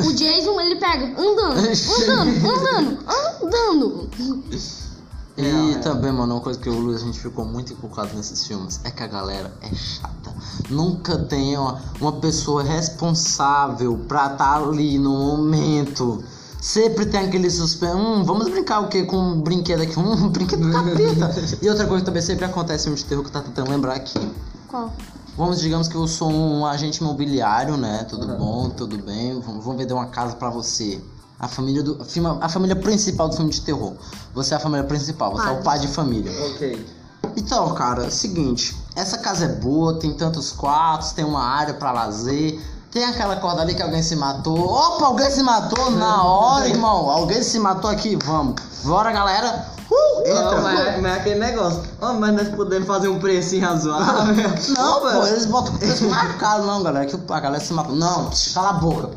C: O Jason ele pega andando, andando, andando, andando.
B: E
A: É, é.
B: também, mano, uma coisa que eu e o Luiz, a gente ficou muito inculcado nesses filmes é que a galera é chata. Nunca tem uma, uma pessoa responsável pra tá ali no momento. Sempre tem aquele suspense. Hum, vamos brincar o quê? Com um brinquedo aqui? Hum, um brinquedo capeta. e outra coisa que também sempre acontece em um de terror que eu tá tentando lembrar aqui.
C: Qual?
B: Vamos, digamos que eu sou um agente imobiliário, né? Tudo bom, tudo bem. Vamos, vamos vender uma casa pra você. A família do a firma- a família principal do filme de terror. Você é a família principal, você é
C: Pai.
B: o pai de família.
A: ok.
B: Então, cara, é o seguinte, essa casa é boa, tem tantos quartos, tem uma área pra lazer. Tem aquela corda ali que alguém se matou. Opa, alguém se matou na hora, irmão. Alguém se matou aqui, vamos. Bora, galera. Uh,
A: Ó,
B: entra.
A: mas, mas é aquele negócio. Ó, mas nós podemos fazer um precinho razoável.
B: Não,
A: Opa.
B: pô, eles botam preço mais caro, não, galera. Que a galera se matou. Não, psh, cala a boca.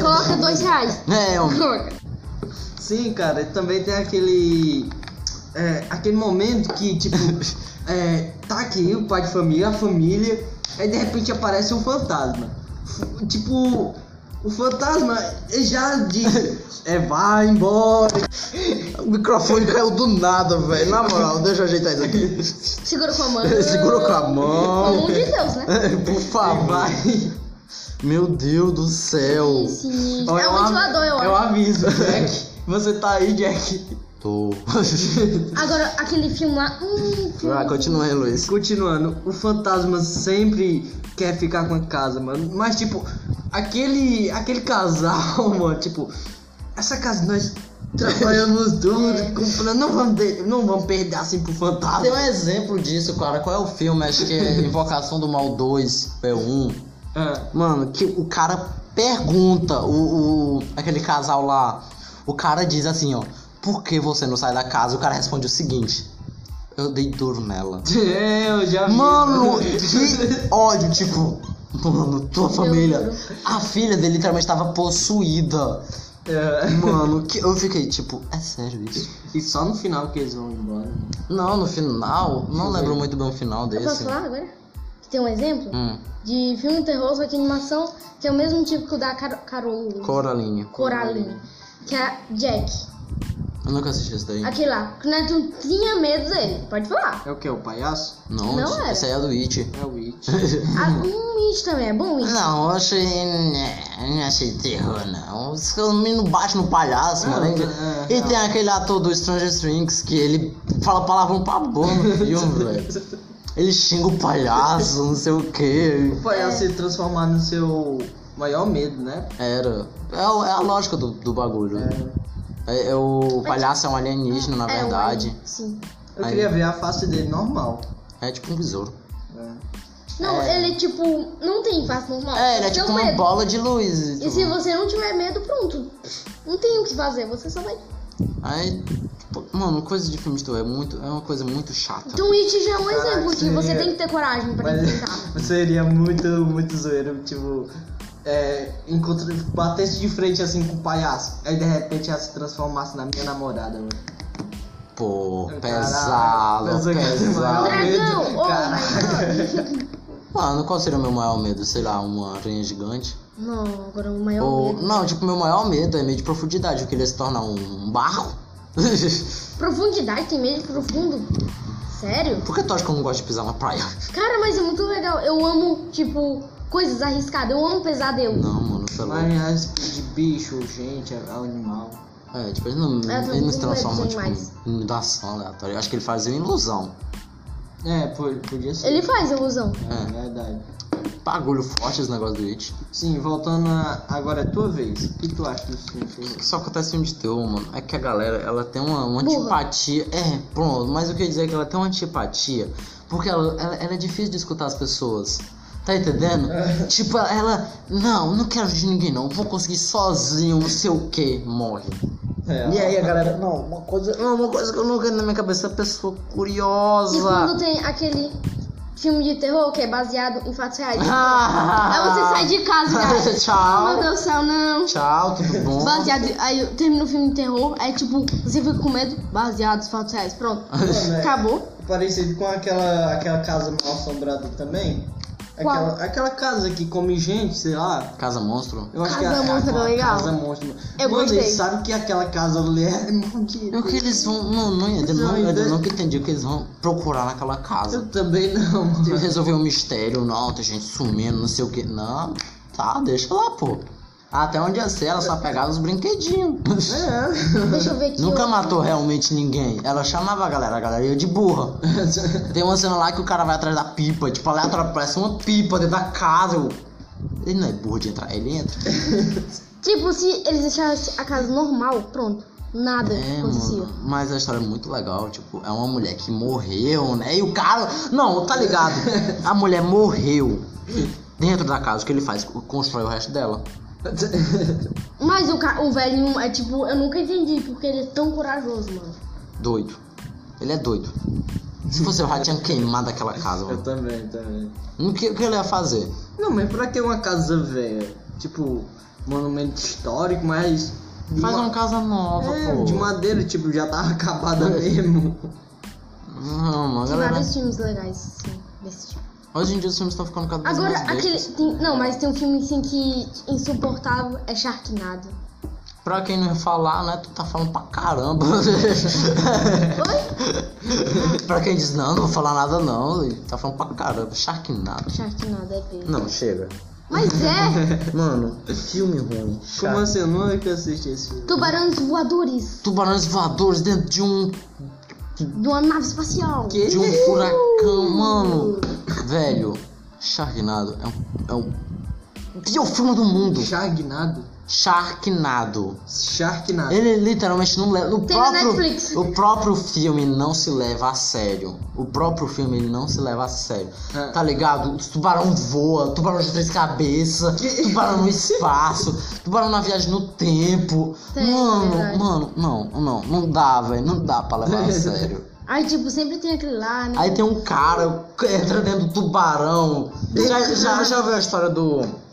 C: Coloca dois reais.
B: É, homem.
C: Coloca.
A: Sim, cara, e também tem aquele. é, aquele momento que, tipo, é, tá aqui o pai de família, a família, aí de repente aparece um fantasma. F- tipo, o fantasma já diz: é, vai embora.
B: o microfone caiu do nada, velho. Na moral, deixa eu ajeitar isso aqui.
C: Segura com a mão.
B: Segurou com a
C: Com a mão
B: mão.
C: de Deus, né?
B: Por
A: E
B: favor.
A: É, vai.
B: Meu Deus do céu.
C: Sim.
A: Ó,
C: É um
A: av-
C: ventilador, eu
A: é um
C: acho.
A: aviso, Jack. Você tá aí, Jack.
B: Tô.
C: Agora, aquele filme lá. Hum,
B: Vai, Ah, continua aí, Luiz.
A: Continuando, o fantasma sempre quer ficar com a casa, mano. Mas tipo, aquele aquele casal, mano, tipo, essa casa nós trabalhamos tudo, comprando, não vamos de- não vamos perder assim pro
B: Tem um
A: fantasma.
B: exemplo disso, cara. Qual é o filme? Acho que é Invocação do Mal um. 2, P1.
A: Ah,
B: Mano, que o cara pergunta, o, o- aquele casal lá, o cara diz assim, ó, por que você não sai da casa? O cara responde o seguinte, eu dei duro nela.
A: é, eu já vi.
B: Mano, que ódio, tipo, mano, tua família. A filha dele literalmente tava possuída.
A: É,
B: Mano, que eu fiquei tipo, é sério isso?
A: e só no final que eles vão embora.
B: Não, no final, não lembro muito bem o final
C: Eu posso
B: desse.
C: falar agora? Que tem um exemplo
B: Hum,
C: de filme de terror, só que animação, que é o mesmo tipo que o da Car Carol.
B: Coraline.
C: Coraline. Que é Jack.
B: Eu nunca assisti isso daí.
C: Aquele lá. Que nós não é tinha medo dele. Pode falar.
A: É o que? O palhaço?
B: Não,
C: Não
B: isso-
C: era.
B: esse aí é do It.
A: É o It.
C: Ah, um isso também é bom isso.
B: Hum. Não, eu achei. né, Não achei terror, não. Os caras- o menino bate no palhaço,
A: Não,
B: mano. hein?
A: é,
B: e
A: não.
B: tem aquele ator do Stranger Things que ele fala palavrão pra boa no filme, velho. Ele xinga o palhaço, não sei o que.
A: O palhaço se transformar no seu maior medo, né?
B: Era. É, o- é a lógica do, do bagulho. É. é o palhaço é um alienígena, na
C: É, um
B: verdade.
C: alien, Sim.
A: Eu
B: Aí.
A: queria ver a face dele normal.
B: É tipo um besouro.
A: né?
C: Não,
B: É.
C: ele é tipo. Não tem face normal.
B: É, ele é
C: Tem
B: tipo
C: um
B: uma
C: medo.
B: bola de luz. tipo,
C: E se você não tiver medo, pronto. Não tem o que fazer, você só vai.
B: Aí, tipo, mano, coisa de filme de terror é, muito, é uma coisa muito chata.
C: Então, It já é um
A: Caraca,
C: exemplo que
A: seria-
C: você tem que ter coragem pra enfrentar.
A: Mas seria muito, muito zoeiro, tipo, é, encontra, batesse de frente assim com o palhaço, aí de repente ela se transformasse na minha namorada, mano.
B: Pô,
A: Caralho,
B: pesado,
A: pensa que é demais.
B: pesado.
C: Dragão! Oh
A: Caraca.
C: my god!
B: Mano, qual seria o meu maior medo? Sei lá, uma aranha gigante?
C: Não, agora o maior
B: Ou.
C: medo.
B: Não, tipo, meu maior medo é medo de profundidade. Eu queria se tornar um barco.
C: Profundidade, tem medo profundo? Sério?
B: Por que tu acha que eu não gosto de pisar na praia?
C: Cara, mas é muito legal. Eu amo, tipo, coisas arriscadas. Eu amo pesadelo.
B: Não, mano, você é louco.
A: Mas de bicho, gente, animal.
B: É, tipo, ele não,
C: É, eu tô com
B: ele não se
C: medo de
B: transforma tipo,
C: animais.
B: em inundação aleatória. Eu acho que ele fazia uma ilusão.
A: É, po- podia ser.
C: Ele faz ilusão.
A: É, verdade.
B: Bagulho forte esse negócio do It.
A: Sim, voltando a... agora é tua vez. O que tu acha disso?
B: O que só acontece em filme de terror, mano, é que a galera, ela tem uma, uma
C: Burra.
B: antipatia. É, é pronto, mas eu queria dizer que ela tem uma antipatia, porque ela, ela- ela é difícil de escutar as pessoas. Tá entendendo? Tipo, ela, não, não quero de ninguém não, vou conseguir sozinho, não sei o que, morre.
A: É.
B: E aí a galera, não, uma coisa, não, uma coisa que eu não quero na minha cabeça, é a pessoa
C: E quando
B: curiosa.
C: tem aquele filme de terror que é baseado em fatos reais.
B: Ah,
C: Aí você sai de casa, cara.
B: Tchau.
C: Meu Deus do céu, não.
B: Tchau, tudo bom?
C: Baseado, aí eu termino o filme de terror, aí tipo, você fica com medo, baseado em fatos reais, pronto.
A: né?
C: Acabou.
A: Parecido com aquela, aquela casa mal assombrada também.
C: Qual?
A: Aquela, aquela casa que come gente, sei lá.
B: Casa Monstro?
A: Eu acho
C: Casa
A: que é,
C: Monstro é legal.
A: Casa monstro.
C: Eu
A: Mano,
C: gostei.
A: eles sabem que aquela casa ali é maldita.
B: O que eles vão. Não, não, eu
A: Não,
B: não, eu
A: ainda-
B: nunca entendi o que eles vão procurar naquela casa.
A: Eu também não.
B: Tem que
A: mano.
B: resolver um mistério, não, tem gente sumindo, não sei o que. Não, tá, deixa lá, pô. Até onde eu sei, ela só pegava os brinquedinhos.
A: É.
C: Deixa eu ver aqui.
B: Nunca
C: ó.
B: matou realmente ninguém. Ela chamava a galera, a galera ia de burra.
C: É.
B: Tem uma cena lá que o cara vai atrás da pipa, tipo, ela atravessa uma pipa dentro da casa. eu- Ele não é burro de entrar, ele entra.
C: Tipo, se eles deixassem a casa normal, pronto. Nada
B: É,
C: acontecia.
B: mano, mas a história é muito legal, tipo, é uma mulher que morreu, né? E o cara. Não, tá ligado? A mulher morreu dentro da casa. O que ele faz? Constrói o resto dela.
C: Mas o, ca- o velhinho é tipo, eu nunca entendi porque ele é tão corajoso, mano.
B: Doido. Ele é doido. Se fosse eu já tinha queimado aquela casa,
A: Eu
B: mano.
A: também, também.
B: O que, o que ele ia fazer?
A: Não, mas pra que uma casa velha? Tipo, monumento histórico, mas. de
B: Faz
A: ma-
C: um
B: uma casa nova,
A: É,
B: pô.
A: de madeira, tipo, já tava
C: É.
A: acabada mesmo.
B: Não, mano, a
C: Tem
B: galera.
C: vários filmes legais, assim, desse tipo.
B: Hoje em dia os filmes estão ficando cada vez
C: Agora,
B: mais
C: aquele.
B: bestas.
C: tem- não, mas tem um filme assim que insuportável é Sharknado.
B: Pra quem não ia falar, né? Tu tá falando pra caramba.
C: Oi?
B: pra quem diz, não, não vou falar nada não. ele Tá falando pra caramba. Sharknado.
C: Sharknado é dele.
B: Não, chega.
C: Mas é!
B: Mano, filme ruim.
A: Como assim? Eu nunca assisti esse filme.
C: Tubarões voadores
B: Tubarões voadores dentro de um.
C: de uma nave espacial.
A: Que?
B: de um furacão, mano. Velho, Sharknado é um. É um pior filme do mundo.
A: Sharknado?
B: Sharknado.
A: Sharknado.
B: Ele literalmente não leva. O
C: Tem na
B: próprio,
C: Netflix.
B: o próprio filme não se leva a sério. O próprio filme ele não se leva a sério.
A: É.
B: Tá ligado? Os tubarão voa, tubarão de três cabeças, tubarão no espaço, tubarão na viagem no tempo.
C: Tem,
B: mano,
C: verdade.
B: mano, não, não, não dá, velho. Não dá pra levar a sério.
C: Aí, tipo, sempre tem aquele lá, né?
B: Aí tem um cara que entra dentro do tubarão. Já, já, já viu a história do.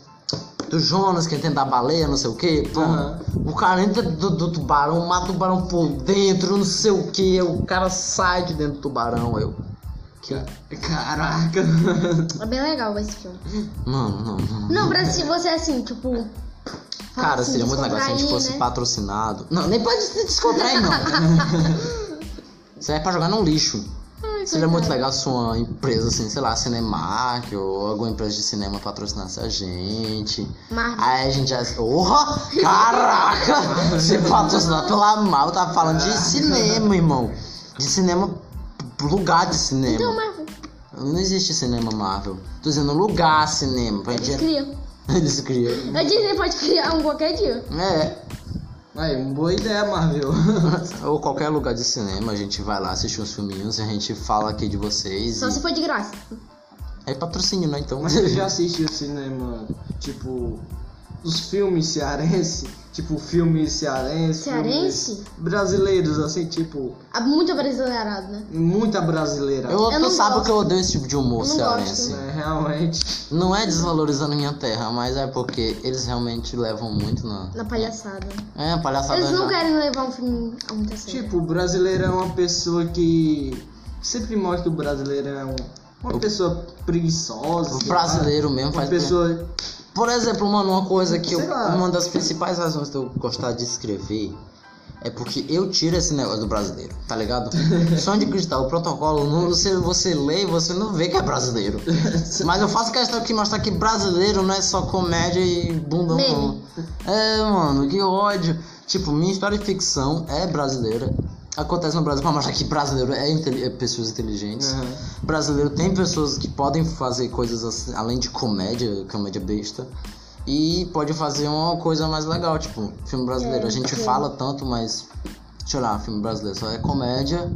B: Do Jonas, que ele tenta da baleia, não sei o que.
A: Aham.
B: O cara entra do, do tubarão, mata o tubarão por dentro, não sei o que. O cara sai de dentro do tubarão. Eu. Que...
A: Caraca.
C: É bem legal esse filme.
B: Mano, não, não.
C: Não, pra se você assim, tipo. fala
B: Cara,
C: assim,
B: seria muito legal se a gente
C: descontrair,
B: fosse
C: né?
B: patrocinado. Não, nem pode se descontrair, não. Isso aí é pra jogar num lixo.
C: Ai,
B: Seria muito
C: coitado.
B: legal se uma empresa assim, sei lá, Cinemark ou alguma empresa de cinema patrocinasse a gente.
C: Marvel.
B: Aí a gente já. Porra! Caraca! Ser patrocinado pela mal, tava tá falando de cinema, irmão. De cinema, lugar de cinema.
C: Então, Marvel,
B: Não existe cinema Marvel. Tô dizendo lugar cinema. Pra
C: eles
B: gente...
C: criam.
B: Eles criam.
C: A Disney pode criar um qualquer dia.
B: É.
A: Aí, uma boa ideia, Marvel.
B: Ou qualquer lugar de cinema, a gente vai lá assistir uns filminhos, a gente fala aqui de vocês.
C: Só
B: E...
C: se for de graça.
B: É patrocínio, né? Então.
A: Mas você já assistiu cinema, tipo, os filmes cearense? Tipo, filmes cearense.
C: Cearense?
A: filmes brasileiros, assim, tipo,
C: Ah, Muito brasileirado, né?
A: muita brasileira.
B: Eu,
C: Eu não
B: tu sabe
C: gosto.
B: que eu odeio esse tipo de humor
C: Eu não
B: cearense.
A: né, realmente.
B: Não é desvalorizando minha terra, mas é porque eles realmente levam muito na.
C: Na palhaçada.
B: É, palhaçada.
C: Eles não
B: já.
C: querem levar um filme a muita sério.
A: Tipo, o brasileiro é uma pessoa que sempre mostra que o brasileiro é um- uma pessoa preguiçosa.
B: O
A: sei
B: brasileiro
A: lá,
B: mesmo
A: Uma
B: faz-
A: pessoa.
B: Por exemplo, mano, uma coisa que eu,
A: Sei lá.
B: uma das principais razões de eu gostar de escrever é porque eu tiro esse negócio do brasileiro, tá ligado? Sonho de cristal, o protocolo, não, você, você lê e você não vê que é brasileiro. Mas eu faço questão de mostrar que brasileiro não é só comédia e bundão, não.
C: Meme.
B: É, mano, que ódio. Tipo, minha história de ficção é brasileira. Acontece no Brasil pra mostrar que brasileiro é, inte- é pessoas inteligentes.
A: Aham.
B: Brasileiro tem pessoas que podem fazer coisas assim, além de comédia, comédia besta. E pode fazer uma coisa mais legal, tipo, filme
C: É,
B: brasileiro. A gente fala tanto, mas. Deixa eu olhar, filme brasileiro só é comédia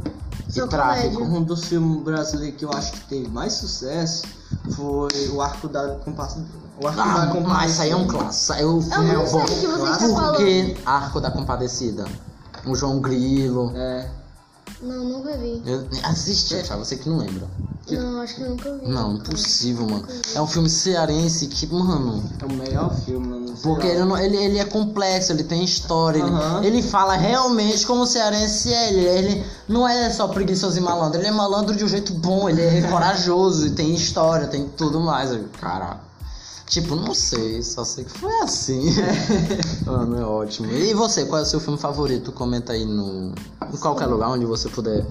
C: Só
B: e tráfico.
C: comédia.
A: Um dos filmes brasileiros que eu acho que teve mais sucesso foi o arco da compassão. O arco
B: Ah,
A: da compassão.
B: mas isso aí é um clássico. Aí é, eu
C: Eu não sei o que você está falando.
B: Porque Arco da Compadecida. O João Grilo.
A: É.
C: Não, nunca vi.
B: Eu- Assiste, já, você que não lembra.
C: É. Não, acho que eu nunca vi.
B: Tipo, Não, impossível, mano. É um filme cearense que, mano.
A: É o melhor filme, mano. sei
B: Porque
A: lá.
B: ele, não- ele, ele é complexo, ele tem história, ele-
A: Aham.
B: ele, fala realmente como o cearense é. Ele, ele não é só preguiçoso e malandro, ele é malandro de um jeito bom, ele é corajoso e tem história, tem tudo mais. Eu, Caraca. Tipo, não sei, só sei que foi assim. Mano, é ótimo. E você, qual é o seu filme favorito? Comenta aí no. em qualquer lugar onde você puder.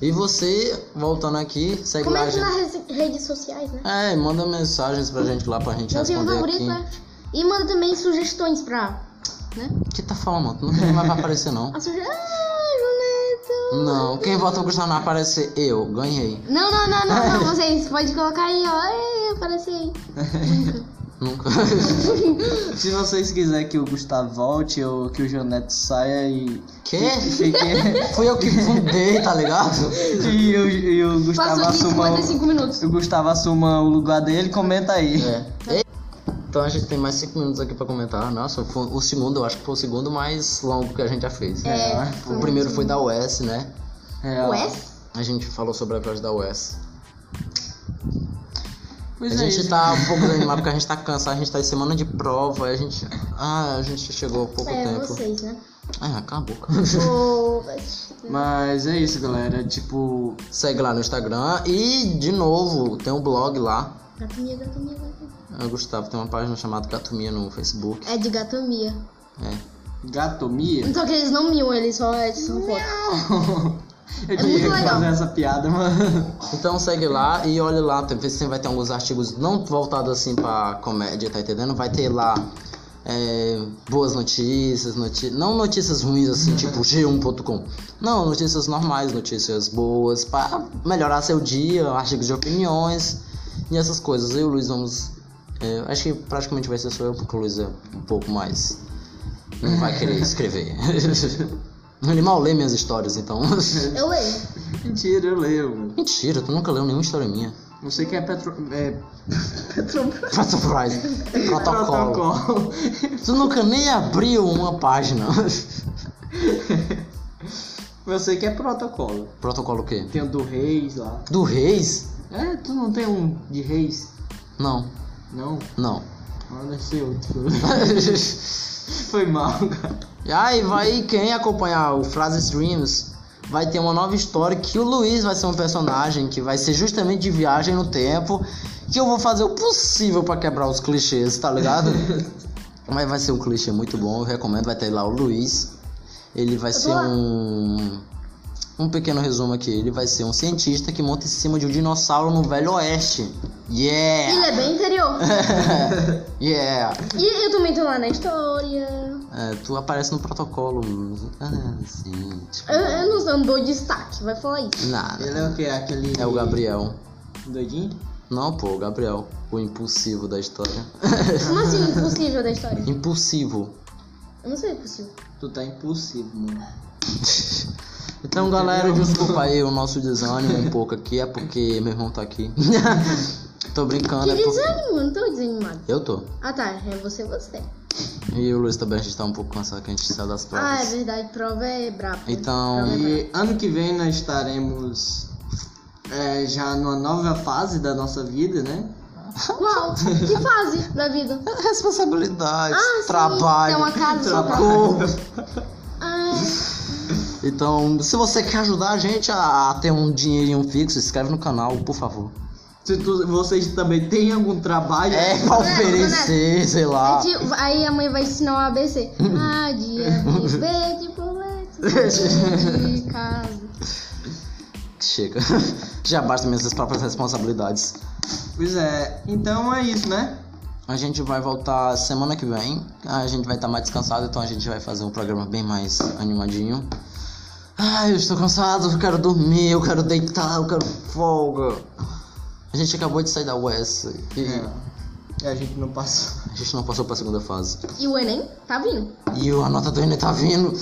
B: E você, voltando aqui, segue lá a
C: Comenta
B: gente.
C: nas res- redes sociais, né?
B: É, manda mensagens pra gente lá pra gente
C: Meu filme
B: responder
C: favorito
B: aqui.
C: né? E manda também sugestões pra. Né?
B: Que tá falando? Tu Não vai aparecer não.
C: A suge... Ah, Juneto!
B: Não, quem vota pro Gustavo não aparecer, eu ganhei.
C: Não, não, não, não, não. Vocês podem colocar aí, ó. Ei, assim, apareceu aí.
B: Nunca.
A: Se vocês quiserem que o Gustavo volte ou que o Joneto saia e.
B: Quê?
A: e fique-
B: Fui eu que fundei, tá ligado?
A: e, o, e o Gustavo
C: Passou de
A: assuma. o-
C: 55 minutos.
A: O Gustavo assuma o lugar dele, comenta aí.
B: É. E- Então a gente tem mais 5 minutos aqui pra comentar. Nossa, foi o segundo, eu acho que foi o segundo mais longo que a gente já fez. né?
C: É,
B: O primeiro foi da US, né?
A: É, ó.
C: O S?
B: A gente falou sobre a viagem da US.
A: Pois
B: a
A: é
B: gente
A: isso.
B: tá um pouco desanimado porque a gente tá cansado, a gente tá em semana de prova, a gente. Ah, a gente chegou há pouco
C: É,
B: tempo.
C: vocês, né?
B: Ah, acabou.
C: O...
A: Mas é isso, galera. Tipo,
B: Segue lá no Instagram e, de novo, tem um blog lá.
C: Gatomia, gatomia, gatomia.
B: Ah, Gustavo tem uma página chamada Gatomia no Facebook.
C: É de gatomia.
B: É.
A: gatomia.
C: Só que eles não miam, eles só são foto.
A: Eu
C: É
A: tinha
C: muito
A: que
C: legal.
A: fazer essa piada, mano.
B: Então segue lá e olha lá, tem- vê se vai ter alguns artigos não voltados assim pra comédia, tá entendendo? Vai ter lá é, boas notícias, noti não notícias ruins assim, tipo g1.com. Não, notícias normais, notícias boas, pra melhorar seu dia, artigos de opiniões e essas coisas. Eu e o Luiz vamos. é, acho que praticamente vai ser só eu, porque o Luiz é um pouco mais. Não vai querer escrever. Ele mal lê minhas histórias, então.
C: Eu leio.
A: Mentira, eu leio, mano.
B: Mentira, tu nunca leu nenhuma história minha.
A: Não sei quem é Petro. É.
B: Petrobras. Protocolo.
A: Protocolo.
B: Tu nunca nem abriu uma página.
A: Eu sei que é protocolo.
B: Protocolo o quê?
A: Tem o do Reis lá.
B: Do Reis?
A: É, tu não tem um de Reis?
B: Não,
A: Não?
B: não.
A: Ah, deve ser outro. Foi mal, cara.
B: e aí vai quem acompanhar o Frases Dreams vai ter uma nova história que o Luiz vai ser um personagem que vai ser justamente de viagem no tempo. Que eu vou fazer o possível pra quebrar os clichês, tá ligado? Mas vai ser um clichê muito bom, eu recomendo, vai ter lá o Luiz. Ele vai
C: tô
B: ser
C: lá.
B: um. Um pequeno resumo aqui. Ele vai ser um cientista que monta em cima de um dinossauro no Velho Oeste.
C: Ele
B: Yeah!
C: é bem interior.
B: É. yeah!
C: E eu também tô lá na história.
B: É, tu aparece no protocolo. Ah, sim. Tipo,
C: Eu, eu não sei, eu não dou destaque, vai falar isso.
B: nada.
A: Ele é o que? Aquele.
B: É o Gabriel.
A: Doidinho?
B: Não, pô, o Gabriel. O impulsivo da história.
C: Como assim impossível da história?
B: impulsivo.
C: Eu não sei é possível.
A: Tu tá impulsivo, mano.
B: Então, galera, desculpa aí o nosso desânimo um pouco aqui. É porque meu irmão tá aqui. tô brincando.
C: Que
B: É porque...
C: desânimo, eu não tô desanimado.
B: Eu tô.
C: Ah tá, é você, você.
B: E o Luiz também, a gente tá um pouco cansado que a gente saiu das
C: Ah, é
B: provas.
C: verdade, prova é brabo.
B: Então,
A: E ano que vem nós estaremos é, já numa nova fase da nossa vida, né?
C: Qual? Que fase da vida?
B: responsabilidade,
C: Ah, sim,
B: trabalho,
C: ter uma casa, sua casa.
B: socorro.
C: Ah,
B: Então, se você quer ajudar a gente a a ter um dinheirinho fixo, se inscreve no canal, por favor.
A: Se tu- vocês também têm algum trabalho.
B: É pra oferecer, sei lá.
C: é tipo- aí a mãe vai ensinar o ABC. Ah, dia de B de bolete, B de casa.
B: Chega. Já basta minhas próprias responsabilidades.
A: Pois é, então é isso, né?
B: A gente vai voltar semana que vem. Ah, A gente vai estar mais descansado, então a gente vai fazer um programa bem mais animadinho. Ai, eu estou cansado, eu quero dormir, eu quero deitar, eu quero folga. A gente acabou de sair da US e
A: É. E a gente não passou.
B: a gente não passou pra segunda fase.
C: E o Enem? Tá vindo.
B: E o- a nota do Enem tá vindo.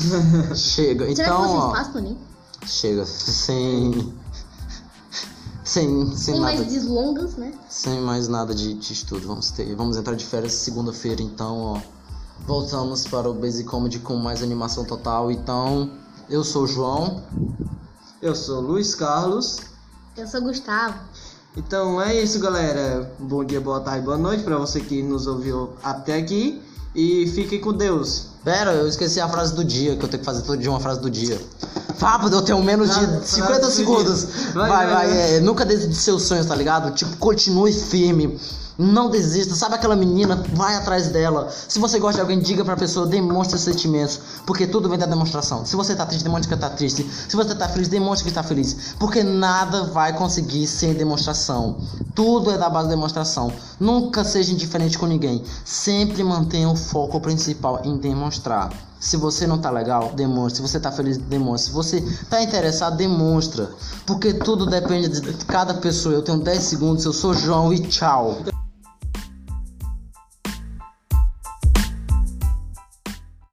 B: Chega,
C: Será que
B: então.
C: vocês
B: ó,
C: passam no Enem?
B: Chega, sem. Sem, sem
C: Tem
B: nada.
C: mais deslongas, né?
B: Sem mais nada de, de estudo. Vamos, ter, vamos entrar de férias segunda-feira, então, ó. Voltamos para o Basic Comedy com mais animação total. Então, eu sou o João.
A: Eu sou Luiz Carlos.
C: Eu sou Gustavo.
A: Então é isso, galera. Bom dia, boa tarde, boa noite pra você que nos ouviu até aqui. E fiquem com Deus.
B: Pera, eu esqueci a frase do dia, que eu tenho que fazer todo dia uma frase do dia. Rápido, eu tenho menos
A: Ah,
B: de
A: frase
B: 50
A: do
B: segundos.
A: dia. Vai,
B: Vai, vai,
A: vai, vai.
B: é, nunca desista de seus sonhos, tá ligado? Tipo, continue firme. Não desista, sabe aquela menina? Vai atrás dela. Se você gosta de alguém, diga pra pessoa, demonstre seus sentimentos. Porque tudo vem da demonstração. Se você tá triste, demonstre que tá triste. Se você tá feliz, demonstre que tá feliz. Porque nada vai conseguir sem demonstração. Tudo é da base da demonstração. Nunca seja indiferente com ninguém. Sempre mantenha o foco principal em demonstrar. Se você não tá legal, demonstre. Se você tá feliz, demonstre. Se você tá interessado, demonstra. Porque tudo depende de cada pessoa. Eu tenho 10 segundos, eu sou João e tchau.